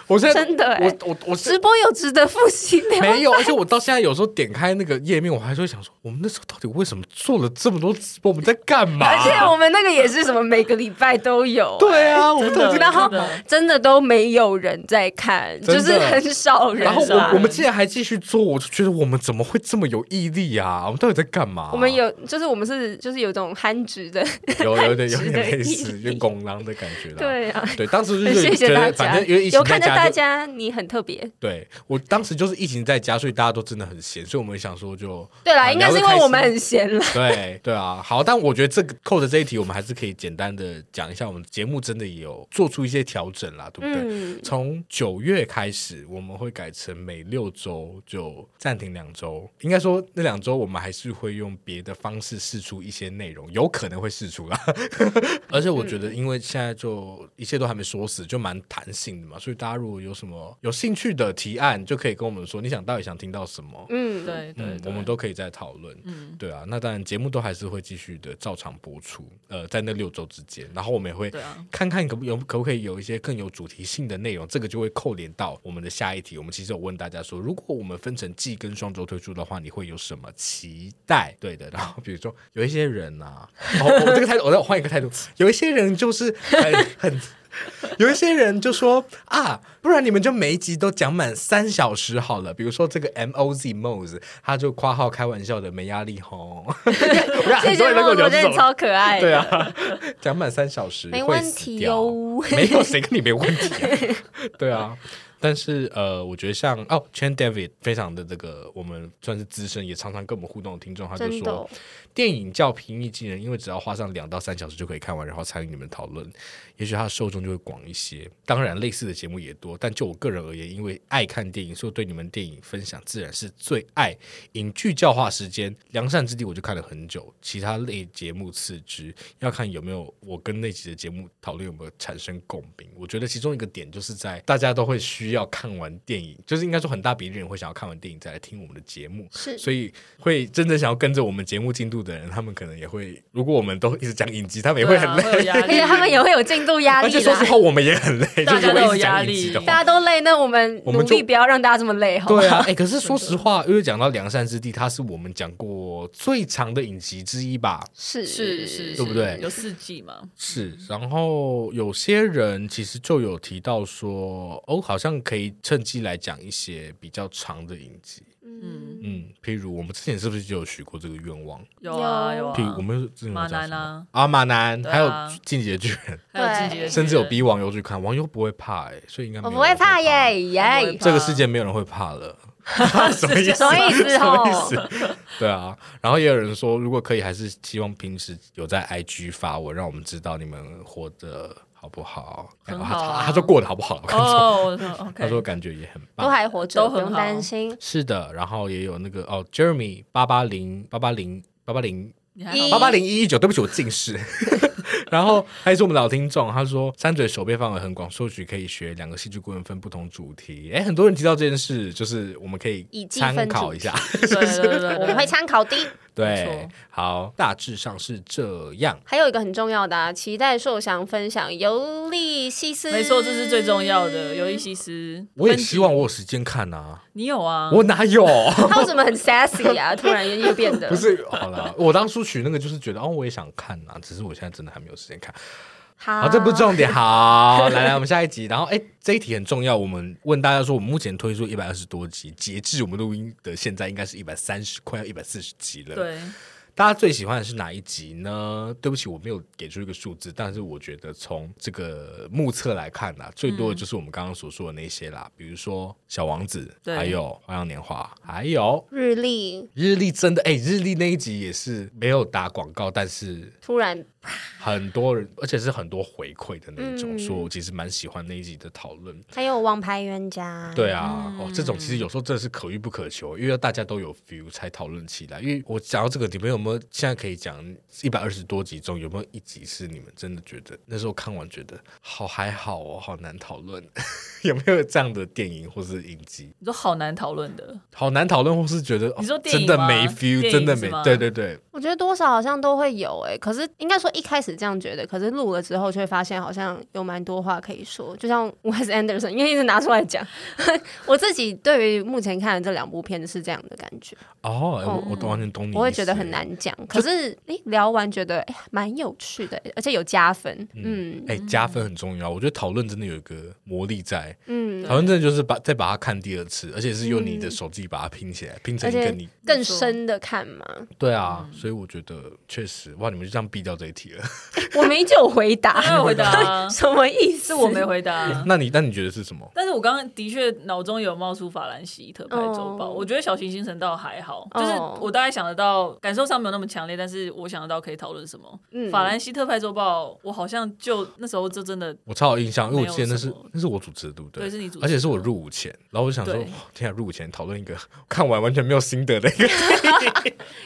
Speaker 1: 我现在
Speaker 2: 真的欸
Speaker 1: 我我我是
Speaker 2: 直播有值得复习的吗，
Speaker 1: 没有，而且我到现在有时候点开那个页面，我还是会想说，我们那时候到底为什么做了这么多直播？我们在干嘛？
Speaker 2: 而且我们那个也是什么，每个礼拜都有、
Speaker 1: 对啊，我们
Speaker 3: 真的
Speaker 1: 到底在
Speaker 2: 然后
Speaker 3: 真的
Speaker 2: 真的都没有人在看，
Speaker 1: 真的
Speaker 2: 就是很少人。
Speaker 1: 然后
Speaker 3: 很少
Speaker 1: 我
Speaker 3: 人
Speaker 1: 我们竟然还继续做，我就觉得我们怎么会这么有毅力啊？我们到底在干嘛？
Speaker 2: 我们有，就是我们是，就是有种憨直的，
Speaker 1: 有有点有
Speaker 2: 很值
Speaker 1: 点
Speaker 2: 得
Speaker 1: 类
Speaker 2: 毅
Speaker 1: 似，
Speaker 2: 力
Speaker 1: 就拱狼的感觉啦。
Speaker 2: 对啊，啊
Speaker 1: 对，当时就是
Speaker 2: 谢
Speaker 1: 觉
Speaker 2: 谢
Speaker 1: 得
Speaker 2: 大家
Speaker 1: 反正因为疫情
Speaker 2: 有
Speaker 1: 在
Speaker 2: 看着
Speaker 1: 家就
Speaker 2: 大家，你很特别。
Speaker 1: 对我当时就是疫情在家，所以大家都真的很闲，所以我们想说就
Speaker 2: 对啦，
Speaker 1: 啊
Speaker 2: 应该是因
Speaker 1: 聊得
Speaker 2: 为
Speaker 1: 开
Speaker 2: 我们
Speaker 1: 心
Speaker 2: 很闲啦。
Speaker 1: 对对啊，好，但我觉得这个扣着这一题，我们还是可以简单的讲一下，我们节目真的也有做出一些调整啦，对不对？
Speaker 2: 嗯，
Speaker 1: 从九月开始，我们会改成每六周就暂停两周。应该说那两周我们还是会用别的方式试出一些内容，有可能会试出啦。 嗯而且我觉得，因为现在就一切都还没说死，就蛮弹性的嘛，所以大家如果有什么有兴趣的提案，就可以跟我们说，你想到底想听到什么。
Speaker 2: 嗯，
Speaker 3: 对对
Speaker 1: 嗯，我们都可以再讨论。
Speaker 5: 嗯
Speaker 1: 对啊，那当然节目都还是会继续的照常播出，呃，在那六周之间，然后我们也会
Speaker 3: 对啊
Speaker 1: 看看可不有可不可以有一些更有主题性的内容，这个就会扣连到我们的下一题。我们其实有问大家说，如果我们分成季跟双周推出的话，你会有什么期待？对的，然后比如说有一些人啊，哦，我这个态度，我再换一个态度，有一些人就是很很。有一些人就说啊，不然你们就每一集都讲满三小时好了。比如说这个 M O Z Moz，他就括号开玩笑的没压力 吼，我看
Speaker 2: 这
Speaker 1: 很
Speaker 2: 些
Speaker 1: 多人都跟
Speaker 2: 我
Speaker 1: 我聊
Speaker 2: 觉
Speaker 1: 这
Speaker 2: 得
Speaker 1: 种
Speaker 2: 你，超可爱的。
Speaker 1: 对啊，讲满三小时
Speaker 2: 没
Speaker 1: 会
Speaker 2: 问
Speaker 1: 死
Speaker 2: 题
Speaker 1: 掉
Speaker 2: 哟
Speaker 1: 没 有谁跟你没问题、啊， 对啊。但是呃，我觉得像哦，Chen David 非常的这个我们算是资深，也常常跟我们互动的听众，他啊就
Speaker 2: 真的
Speaker 1: 说
Speaker 2: 哦
Speaker 1: 电影叫《平易近人》，因为只要花上两到三小时就可以看完，然后参与你们的讨论，也许它的受众就会广一些。当然，类似的节目也多，但就我个人而言，因为爱看电影，所以对你们电影分享自然是最爱。影剧教化时间，《良善之地》我就看了很久，其他类节目次之，要看有没有我跟那集的节目讨论有没有产生共鸣。我觉得其中一个点就是在大家都会需要看完电影，就是应该说很大比例人会想要看完电影再来听我们的节目，
Speaker 2: 是
Speaker 1: 所以会真正想要跟着我们节目进度的人，他们可能也会，如果我们都一直讲影集，他们也会很累，
Speaker 3: 对啊会有
Speaker 2: 而
Speaker 3: 压 力
Speaker 2: 且他们也会有进度压
Speaker 1: 而
Speaker 2: 力
Speaker 1: 且说实
Speaker 2: 啦
Speaker 1: 话，。我们也很累，
Speaker 3: 大
Speaker 1: 就是如
Speaker 3: 家都
Speaker 1: 果
Speaker 3: 有
Speaker 1: 一直
Speaker 3: 压
Speaker 1: 讲影
Speaker 3: 力
Speaker 1: 集的话
Speaker 2: 大。家都累，那我们
Speaker 1: 我
Speaker 2: 努
Speaker 1: 们
Speaker 2: 力
Speaker 1: 就
Speaker 2: 不要让大家这么累，好 吗？
Speaker 1: 对啊，哎、可是说实话，因为讲到良善之地，它是我们讲过最长的影集之一吧？
Speaker 2: 是
Speaker 3: 是是，
Speaker 1: 对不对
Speaker 3: 有四季嘛？
Speaker 1: 是，然后有些人其实就有提到说，哦，好像可以趁机来讲一些比较长的影集，
Speaker 2: 嗯，
Speaker 1: 嗯，譬如我们之前是不是就有许过这个愿望？
Speaker 3: 有啊
Speaker 2: 有
Speaker 3: 有
Speaker 1: 譬如
Speaker 3: 啊
Speaker 1: 我，们之前有
Speaker 3: 马
Speaker 1: 讲
Speaker 3: 南
Speaker 1: 什么
Speaker 3: 啊
Speaker 1: 啊，马南，
Speaker 3: 对
Speaker 1: 还有
Speaker 3: 啊
Speaker 1: 《进击的巨人
Speaker 3: 还有自己的，
Speaker 1: 甚至有逼网友去看，网友不会怕哎、所以应该
Speaker 2: 我
Speaker 1: 没
Speaker 2: 不
Speaker 1: 有人
Speaker 2: 会怕耶
Speaker 3: 我
Speaker 2: 耶
Speaker 3: 也，
Speaker 1: 这个世界没有人会怕了，什么意
Speaker 2: 什么意思
Speaker 1: 什么意
Speaker 2: 哦？
Speaker 1: 思？对啊，然后也有人说，如果可以，还是希望平时有在 IG 发我，让我们知道你们活得好不好。哎哦
Speaker 3: 很好啊
Speaker 1: 他他说过得好不好？我跟你说，
Speaker 3: 哦，我说 OK，
Speaker 1: 他说感觉也很
Speaker 2: 都
Speaker 1: 棒。
Speaker 2: 还活着，
Speaker 3: 都
Speaker 2: 不
Speaker 3: 很
Speaker 2: 用
Speaker 3: 好
Speaker 2: 担心。
Speaker 1: 是的，然后也有那个哦，Jeremy 八八零八八零八八零
Speaker 3: 你还
Speaker 2: 一
Speaker 3: 好
Speaker 1: 八
Speaker 3: 吧
Speaker 1: 八零一一九，对不起，我近视。 然后还是我们老听众，他说三嘴手背范围很广，或许可以学两个戏剧顾问分不同主题。哎，很多人提到这件事，就是我们可以
Speaker 2: 以计分
Speaker 1: 参考一下。
Speaker 3: 对对对对，
Speaker 2: 我们会参考的。
Speaker 1: 对，好，大致上是这样。
Speaker 2: 还有一个很重要的、啊，期待受想分享《尤利西斯》。
Speaker 3: 没错，这是最重要的。尤利西斯，
Speaker 1: 我也
Speaker 3: 分级
Speaker 1: 希望我有时间看啊，
Speaker 3: 你有啊，
Speaker 1: 我哪 有？
Speaker 2: 他为什么很 sassy 啊？突然又变得
Speaker 1: 不是，好了，我当初取那个就是觉得哦，我也想看啊，只是我现在真的还没有时间看。
Speaker 3: 啊
Speaker 2: 好
Speaker 1: 啊好，这不是重点。好，来来，我们下一集。然后，哎，这一题很重要，我们问大家说，我们目前推出一百二十多集，截至我们录音的现在，应该是一百三十，快要一百四十集了。，
Speaker 3: 对，
Speaker 1: 大家最喜欢的是哪一集呢？对不起，我没有给出一个数字，但是我觉得从这个目测来看呢、最多的就是我们刚刚所说的那些啦，比如说《小王子》，
Speaker 3: 对
Speaker 1: 还有《花样年华》，还有。
Speaker 2: 日历
Speaker 1: 日历真的哎、日历那一集也是没有打广告，但是
Speaker 2: 突然
Speaker 1: 很多人，而且是很多回馈的那种，
Speaker 2: 嗯
Speaker 1: 说我其实蛮喜欢那一集的讨论。
Speaker 2: 还有王牌冤家，
Speaker 1: 对啊，
Speaker 3: 嗯
Speaker 1: 哦，这种其实有时候真的是可遇不可求，因为大家都有 feel 才讨论起来。因为我讲到这个，你们有没有现在可以讲一百二十多集中有没有一集是你们真的觉得那时候看完觉得好还好哦，好难讨论， 有没有这样的电影或是影集？
Speaker 3: 你说好难讨论的，
Speaker 1: 好难讨论，或是觉得、哦
Speaker 3: 你说电
Speaker 1: 真
Speaker 3: 影
Speaker 1: 的
Speaker 3: 吗
Speaker 1: 没
Speaker 3: 电
Speaker 1: feel，
Speaker 3: 影
Speaker 1: 真的
Speaker 3: 是
Speaker 1: 没
Speaker 3: 吗，
Speaker 1: 对对对，
Speaker 2: 我觉得多少好像都会有哎、可是应该说一开始这样觉得，可是录了之后却发现好像有蛮多话可以说，就像 Wes Anderson，因为一直拿出来讲， 我自己对于目前看的这两部片是这样的感觉，
Speaker 1: 哦，哎我
Speaker 2: 哦
Speaker 1: 我
Speaker 3: 嗯
Speaker 1: 都完全懂你，欸
Speaker 2: 我会觉得很。难讲，可是诶、聊完觉得诶蛮、有趣的、而且有加分，嗯
Speaker 1: 哎、加分很重要。我觉得讨论真的有一个魔力在，
Speaker 2: 嗯，
Speaker 1: 讨论真的就是把再把它看第二次，而且是用
Speaker 3: 嗯
Speaker 1: 你的手机把它拼起来，拼成
Speaker 2: 而
Speaker 1: 一个
Speaker 2: 且
Speaker 1: 你嗯
Speaker 2: 更深的看嘛，
Speaker 1: 对啊，所以我觉得确实哇，你们就这样避掉这一题，题了。
Speaker 2: 我没就回答，
Speaker 3: 没有回答 啊
Speaker 2: 什么意思？
Speaker 3: 是我没回答啊。
Speaker 1: 那你那你觉得是什么？
Speaker 3: 但是我刚刚的确脑中有冒出法兰西特派周报
Speaker 2: 哦
Speaker 3: 我觉得小行星神倒还好
Speaker 2: 哦
Speaker 3: 就是我大概想得到，感受上没有那么强烈，但是我想得到可以讨论什么。
Speaker 2: 嗯
Speaker 3: 法兰西特派周报，我好像就那时候就真的
Speaker 1: 我超有印象，因为
Speaker 3: 没
Speaker 1: 我
Speaker 3: 有
Speaker 1: 记得那是
Speaker 3: 什么
Speaker 1: 那是我主持的，对不对？
Speaker 3: 对是你主持的
Speaker 1: 而且是我入伍前，然后我就想说，
Speaker 3: 对
Speaker 1: 哇天啊，入伍前讨论一个 看完完全没有心得的 一个，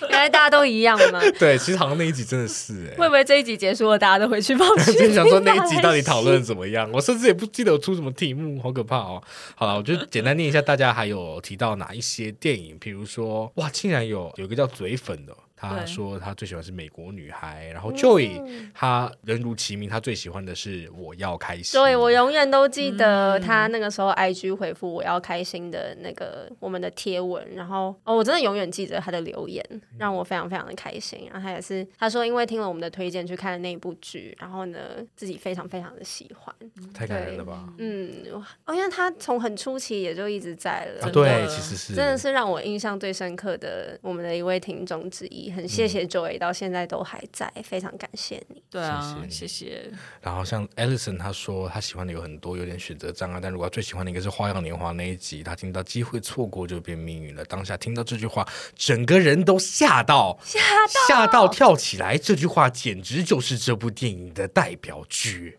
Speaker 2: 原来大家都一样嘛。
Speaker 1: 对，其实好像那一集真的是哎、
Speaker 2: 会不会这一集结束了，大家都回去 放弃？
Speaker 1: 我就想说那一集到底讨论怎么样？我甚至也不记得我出什么题目，好可怕哦！好了，我就简单念一下，大家还有提到哪一些电影？比如说，哇，竟然有有一个叫嘴粉的，他
Speaker 3: 对
Speaker 1: 说他最喜欢是美国女孩，然后 Joy、他人如其名，他最喜欢的是我要开心。
Speaker 2: 所以我永远都记得
Speaker 1: 嗯
Speaker 2: 他那个时候 IG 回复我要开心的那个我们的贴文，然后哦，我真的永远记得他的留言，让我非常非常的开心。然后他也是他说，因为听了我们的推荐去看了那一部剧，然后呢自己非常非常的喜欢，
Speaker 1: 太感人了吧？
Speaker 2: 嗯，哇哦，因为他从很初期也就一直在了，
Speaker 1: 啊，
Speaker 3: 真的
Speaker 1: 对，其实是
Speaker 2: 真的是让我印象最深刻的我们的一位听众之一，很谢
Speaker 1: 嗯
Speaker 2: 谢 Joy 到现在都还在，非常感谢你。
Speaker 3: 对啊，
Speaker 1: 谢
Speaker 3: 谢谢。
Speaker 1: 然后像 Alison 她说她喜欢的有很多，有点选择障碍，但如果她最喜欢的应该是《花样年华》那一集，她听到机会错过就变命运了。当下听到这句话，整个人都吓到，吓到，啊吓到跳起来。这句话简直就是这部电影的代表句。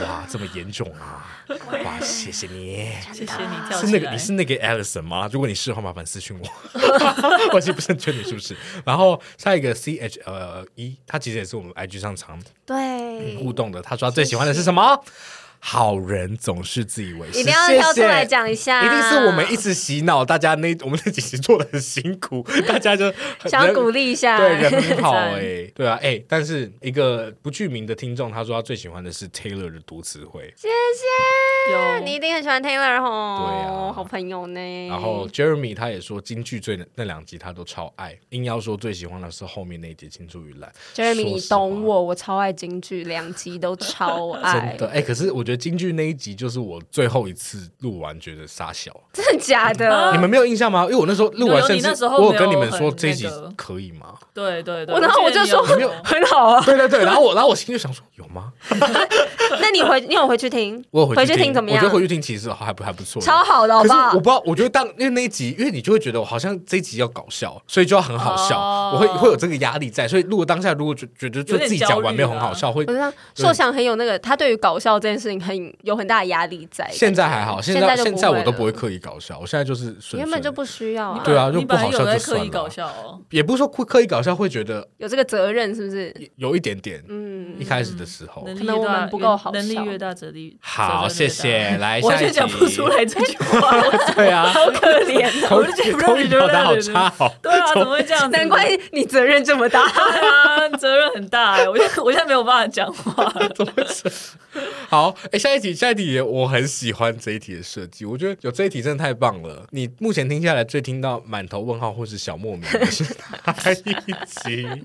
Speaker 1: 哇，这么严重啊！哇，谢谢你。
Speaker 3: 谢
Speaker 2: 啊
Speaker 3: 谢你跳
Speaker 1: 是
Speaker 3: 起
Speaker 1: 那个
Speaker 3: 来
Speaker 1: 你。是那个 Alison 吗？如果你是的话，麻烦私信我。我 其实不是很确定你是不是。然后下一个 C H 呃 E，他其实也是我们 IG 上常
Speaker 2: 对，
Speaker 1: 嗯互动的。他说他最喜欢的是什么？好人总是自以为是，
Speaker 2: 一定要
Speaker 1: 谢谢
Speaker 2: 跳出来讲啊一下
Speaker 1: 一定是我们一直洗脑大家那我们那几集做的很辛 苦，大家就很
Speaker 2: 想要鼓。励一下，
Speaker 1: 呃对，人很好哎、
Speaker 3: 赞
Speaker 1: 对啊，哎、但是一个不具名的听众，他说他最喜欢的是 Taylor 的读词汇，
Speaker 3: 有
Speaker 2: 你一定很喜欢 Taylor 吼，
Speaker 1: 对啊
Speaker 2: 好朋友呢。
Speaker 1: 然后 Jeremy 他也说京剧最那两集他都超爱，硬要说最喜欢的是后面那一集《青出于蓝》。
Speaker 2: Jeremy，
Speaker 1: 说
Speaker 2: 你
Speaker 1: 实话
Speaker 2: 懂我，我超爱京剧，两集都 超爱
Speaker 1: 真，的哎、可是我觉得京剧那一集就是我最后一次录完觉得傻笑，
Speaker 2: 真的假
Speaker 1: 你
Speaker 3: 啊
Speaker 2: 的？
Speaker 1: 们没有印象吗？因为我那时候录完，
Speaker 3: 有有
Speaker 1: 甚
Speaker 3: 你那
Speaker 1: 至
Speaker 3: 时候
Speaker 1: 我有
Speaker 3: 没
Speaker 1: 跟你
Speaker 3: 有
Speaker 1: 们
Speaker 3: 很
Speaker 1: 说这一集
Speaker 3: 那个
Speaker 1: 可以吗？
Speaker 3: 对对对，
Speaker 2: 我然后我
Speaker 3: 记得
Speaker 2: 就
Speaker 3: 你有
Speaker 2: 说
Speaker 3: 朋友
Speaker 2: 很好啊，
Speaker 1: 对对对，然后我然后 我心里就想说有吗？
Speaker 2: 那你回你有回去听？
Speaker 1: 我有
Speaker 2: 回
Speaker 1: 去
Speaker 2: 去听怎么样
Speaker 1: 我觉得回去听其实还不还不错，
Speaker 2: 超。好的，好啊
Speaker 1: 可是
Speaker 2: 不好
Speaker 1: 我不？知道，我觉得当因为那一集，因为你就会觉得我好像这一集要搞笑，所以就要很好笑，
Speaker 3: 哦
Speaker 1: 我会会有这个压力在，所以如果当下如果觉觉得就
Speaker 3: 有点
Speaker 1: 自己
Speaker 3: 焦
Speaker 1: 讲
Speaker 3: 虑
Speaker 1: 完没有很
Speaker 3: 啊
Speaker 1: 好笑，会
Speaker 2: 我知道硕翔很有那个，他对于搞笑这件事情很有很大的压力在。
Speaker 1: 现在还好，现
Speaker 2: 在
Speaker 1: 在
Speaker 2: 就
Speaker 1: 现在我都
Speaker 2: 了
Speaker 1: 不会，刻意搞笑，我现在就是顺顺
Speaker 2: 原本就不需要
Speaker 3: 你
Speaker 2: 啊
Speaker 3: 本，
Speaker 1: 对啊就
Speaker 3: 你
Speaker 1: 不
Speaker 3: 本来
Speaker 1: 好笑
Speaker 3: 有在
Speaker 1: 就
Speaker 3: 刻
Speaker 1: 算
Speaker 3: 意
Speaker 1: 了
Speaker 3: 搞笑哦。
Speaker 1: 也不是说刻刻意搞笑，会觉得
Speaker 2: 有这个责任是不是？
Speaker 1: 有一点点，
Speaker 2: 嗯，
Speaker 1: 一开始的时候。
Speaker 3: 能力
Speaker 2: 可能
Speaker 3: 越
Speaker 2: 我们
Speaker 3: 大
Speaker 2: 不
Speaker 3: 越
Speaker 2: 够好
Speaker 3: 能力
Speaker 2: 笑
Speaker 3: 越大，责力
Speaker 1: 哦好，谢。谢。来，
Speaker 3: 责
Speaker 1: 下一
Speaker 3: 任越大我就
Speaker 1: 集
Speaker 3: 讲不出。来这句话，
Speaker 1: 对啊，
Speaker 3: 好可怜哦，
Speaker 1: 口
Speaker 3: 我就觉
Speaker 1: 语
Speaker 3: 得
Speaker 1: 口语表达好差。哦。
Speaker 3: 对啊，怎么会这样子？
Speaker 2: 难 怪你责任这么大。
Speaker 3: 对啊，责任很大哎，我现在我现在没有办法讲话。
Speaker 1: 怎么会这样好，哎、下一题，下一题也我很喜欢这一题的设计，我觉得有这一题真的太棒了。你目前听下来最听到满头问号或是小莫名的是哪一集？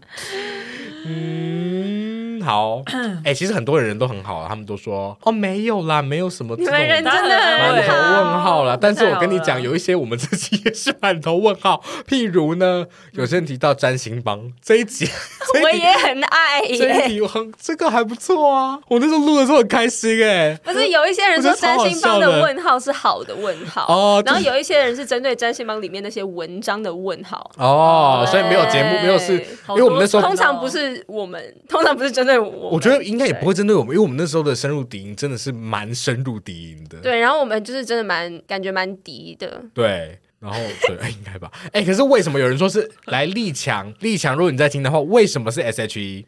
Speaker 1: 嗯，好，哎、其实很多人都很好啊，他们都说哦没有啦，没有什么这
Speaker 2: 你
Speaker 1: 种
Speaker 2: 们认真的
Speaker 3: 当
Speaker 1: 满
Speaker 3: 然
Speaker 2: 很
Speaker 1: 头
Speaker 3: 对
Speaker 2: 好，
Speaker 1: 问号啦，但是我跟你
Speaker 3: 太好
Speaker 1: 讲，
Speaker 3: 了
Speaker 1: 有一些我们自己也是满头问号， 譬如呢，有些人提到占星帮这一 集，这
Speaker 2: 我
Speaker 1: 一集
Speaker 2: 也很爱
Speaker 1: 这一
Speaker 2: 耶。
Speaker 1: 题我很这个还不错啊，我那时候录的时候很开心哎、
Speaker 2: 不是有一些人说占星帮的问号是好的问号，
Speaker 1: 哦就
Speaker 2: 然
Speaker 1: 是
Speaker 2: 后有一些人是针对占星帮里面那些文章的问号。
Speaker 1: 哦，
Speaker 2: 对
Speaker 1: 所以没有节目，没有是，因
Speaker 3: 好
Speaker 1: 为
Speaker 3: 多
Speaker 1: 我们那时候
Speaker 3: 哦
Speaker 2: 通，常不是我们，通常不是针对我。
Speaker 1: 我觉得应该也不
Speaker 2: 会。
Speaker 1: 会针对我们，因为我们那时候的深入敌营真的是蛮深入敌营的，
Speaker 2: 对，然后我们就是真的蛮感觉蛮敌的，
Speaker 1: 对然后对， 应该吧？哎、可是为什么有人说是来立强？立强，如果你在听的话，为什么是 S H E？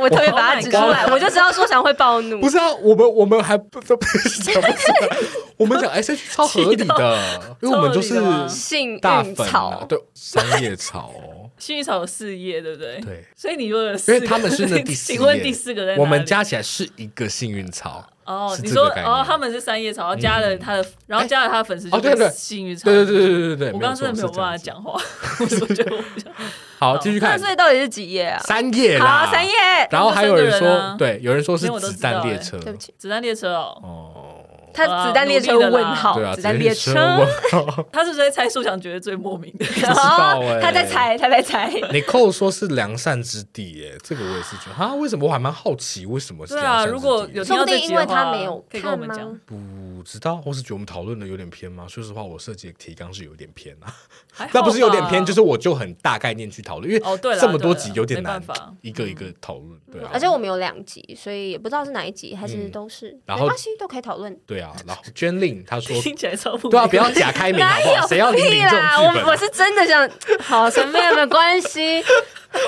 Speaker 2: 我特别把它
Speaker 3: Oh my
Speaker 2: 指出来，我就知道说想会暴怒
Speaker 1: 不。是啊，我们我们还不都不是讲不出来，我们讲 S H E 超合理
Speaker 3: 气
Speaker 1: 的，因为我们就是
Speaker 3: 超合理的吗
Speaker 2: 幸
Speaker 1: 大
Speaker 2: 运
Speaker 1: 粉、啊
Speaker 2: 草，，
Speaker 1: 对商业草、哦，
Speaker 3: 薰衣草有四页，对不对？
Speaker 1: 对。
Speaker 3: 所以你说有四
Speaker 1: 因
Speaker 3: 个，
Speaker 1: 为他们是那第四页，
Speaker 3: 请问第四个在哪里
Speaker 1: 我们加起来是一个幸运草。
Speaker 3: 哦，
Speaker 1: 是
Speaker 3: 你
Speaker 1: 这个
Speaker 3: 说
Speaker 1: 概念嗯
Speaker 3: 哦，他们是三叶草，然后加了他的，然后加了他的粉丝，
Speaker 1: 哦对对
Speaker 3: 幸运草，
Speaker 1: 对对对对对对，
Speaker 3: 我刚刚真的没有办法
Speaker 1: 错。
Speaker 3: 讲 话，我觉得我不想
Speaker 1: 是这样好，继续
Speaker 2: 那
Speaker 1: 看
Speaker 2: 所以到底是几页啊？
Speaker 1: 三页啦，
Speaker 2: 好，三页。
Speaker 1: 然后还有人
Speaker 3: 三个人
Speaker 1: 说
Speaker 3: 啊，
Speaker 1: 对，有人说是
Speaker 3: 连我都
Speaker 1: 子
Speaker 3: 知道
Speaker 1: 弹列
Speaker 3: 欸
Speaker 1: 车。
Speaker 2: 对不起，
Speaker 3: 子弹列车哦，
Speaker 1: 哦，
Speaker 2: 他
Speaker 3: 啊
Speaker 2: 子弹列车
Speaker 3: 努力的
Speaker 2: 问
Speaker 3: 啦
Speaker 2: 号
Speaker 1: 对啊，，
Speaker 2: 子弹列
Speaker 1: 车
Speaker 2: 车，
Speaker 1: 我
Speaker 3: 他是不是在猜树想觉得最莫名的？
Speaker 1: 知道欸
Speaker 2: 哦他在猜，他在猜。
Speaker 1: 你扣说是良善之地耶，这个我也是觉得啊，为什么我还蛮好奇，为什么 是
Speaker 3: 对
Speaker 1: 良
Speaker 3: 啊
Speaker 1: 善之地
Speaker 3: 如果有
Speaker 2: 说不定因为
Speaker 3: 听到这集的话
Speaker 2: 他没有
Speaker 3: 可以跟我
Speaker 2: 看
Speaker 3: 们
Speaker 2: 吗？
Speaker 3: 讲
Speaker 1: 不知道，或是觉得我们讨论的有点偏吗？说实话，我设计的提纲是有点偏啊，
Speaker 3: 还好吧
Speaker 1: 那不是有点偏，就是我就很大概念去讨论，因为
Speaker 3: 哦对啦
Speaker 1: 这么多集有点
Speaker 3: 对啦
Speaker 1: 难
Speaker 3: 没办法，
Speaker 1: 一个一个讨论，对啊，
Speaker 2: 嗯而且我们有两集，所以也不知道是哪一集，还是都是，
Speaker 1: 嗯然后
Speaker 2: 没关系，都可以讨论。
Speaker 1: 对啊，然后娟令她 说，
Speaker 3: 听起来超不
Speaker 1: 对啊，不
Speaker 3: 明
Speaker 1: 要假开明好
Speaker 2: 哪
Speaker 1: 不好？
Speaker 2: 有
Speaker 1: 谁要理你
Speaker 2: 屁
Speaker 1: 这种
Speaker 2: 啦？
Speaker 1: 剧本
Speaker 2: 我
Speaker 1: 啊
Speaker 2: 我？是真的想，好，随便没关 系。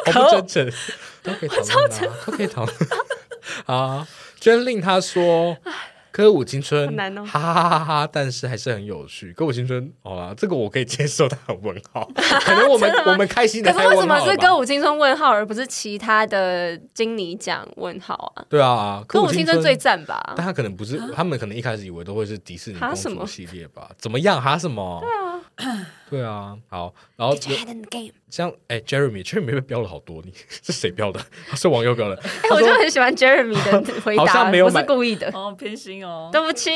Speaker 1: 我不真诚， 都可以讨论啊，都可以讨 论啊。娟令她说。歌舞青春，
Speaker 2: 好难哦
Speaker 1: 哈哈哈哈！但是还是很有趣。歌舞青春，好啦，这个我可以接受，它很问 号。可能我们我们开心的
Speaker 2: 可
Speaker 1: 太
Speaker 2: 是为什
Speaker 1: 问
Speaker 2: 么
Speaker 1: 号了
Speaker 2: 是
Speaker 1: 吧
Speaker 2: 歌？舞青春问号，而不是其他的金尼奖问号 啊？
Speaker 1: 对啊，
Speaker 2: 歌舞
Speaker 1: 青
Speaker 2: 青春最赞吧
Speaker 1: 但？他可能不是，他们可能一开始以为都会是迪士尼
Speaker 2: 啊哈
Speaker 1: 公
Speaker 2: 什
Speaker 1: 主
Speaker 2: 么
Speaker 1: 系列吧？怎么样？哈什么？对啊，对啊。好，然后
Speaker 2: Get your head in the game。
Speaker 1: 像哎，Jeremy，Jeremy 被标了好多，你 是谁标的？是网友标的。
Speaker 2: 哎，我就很喜欢 Jeremy 的回
Speaker 1: 好像
Speaker 2: 答，
Speaker 1: 没有
Speaker 2: 不
Speaker 1: 买
Speaker 2: 是故意的。
Speaker 3: 哦，偏心哦。
Speaker 2: 对不起，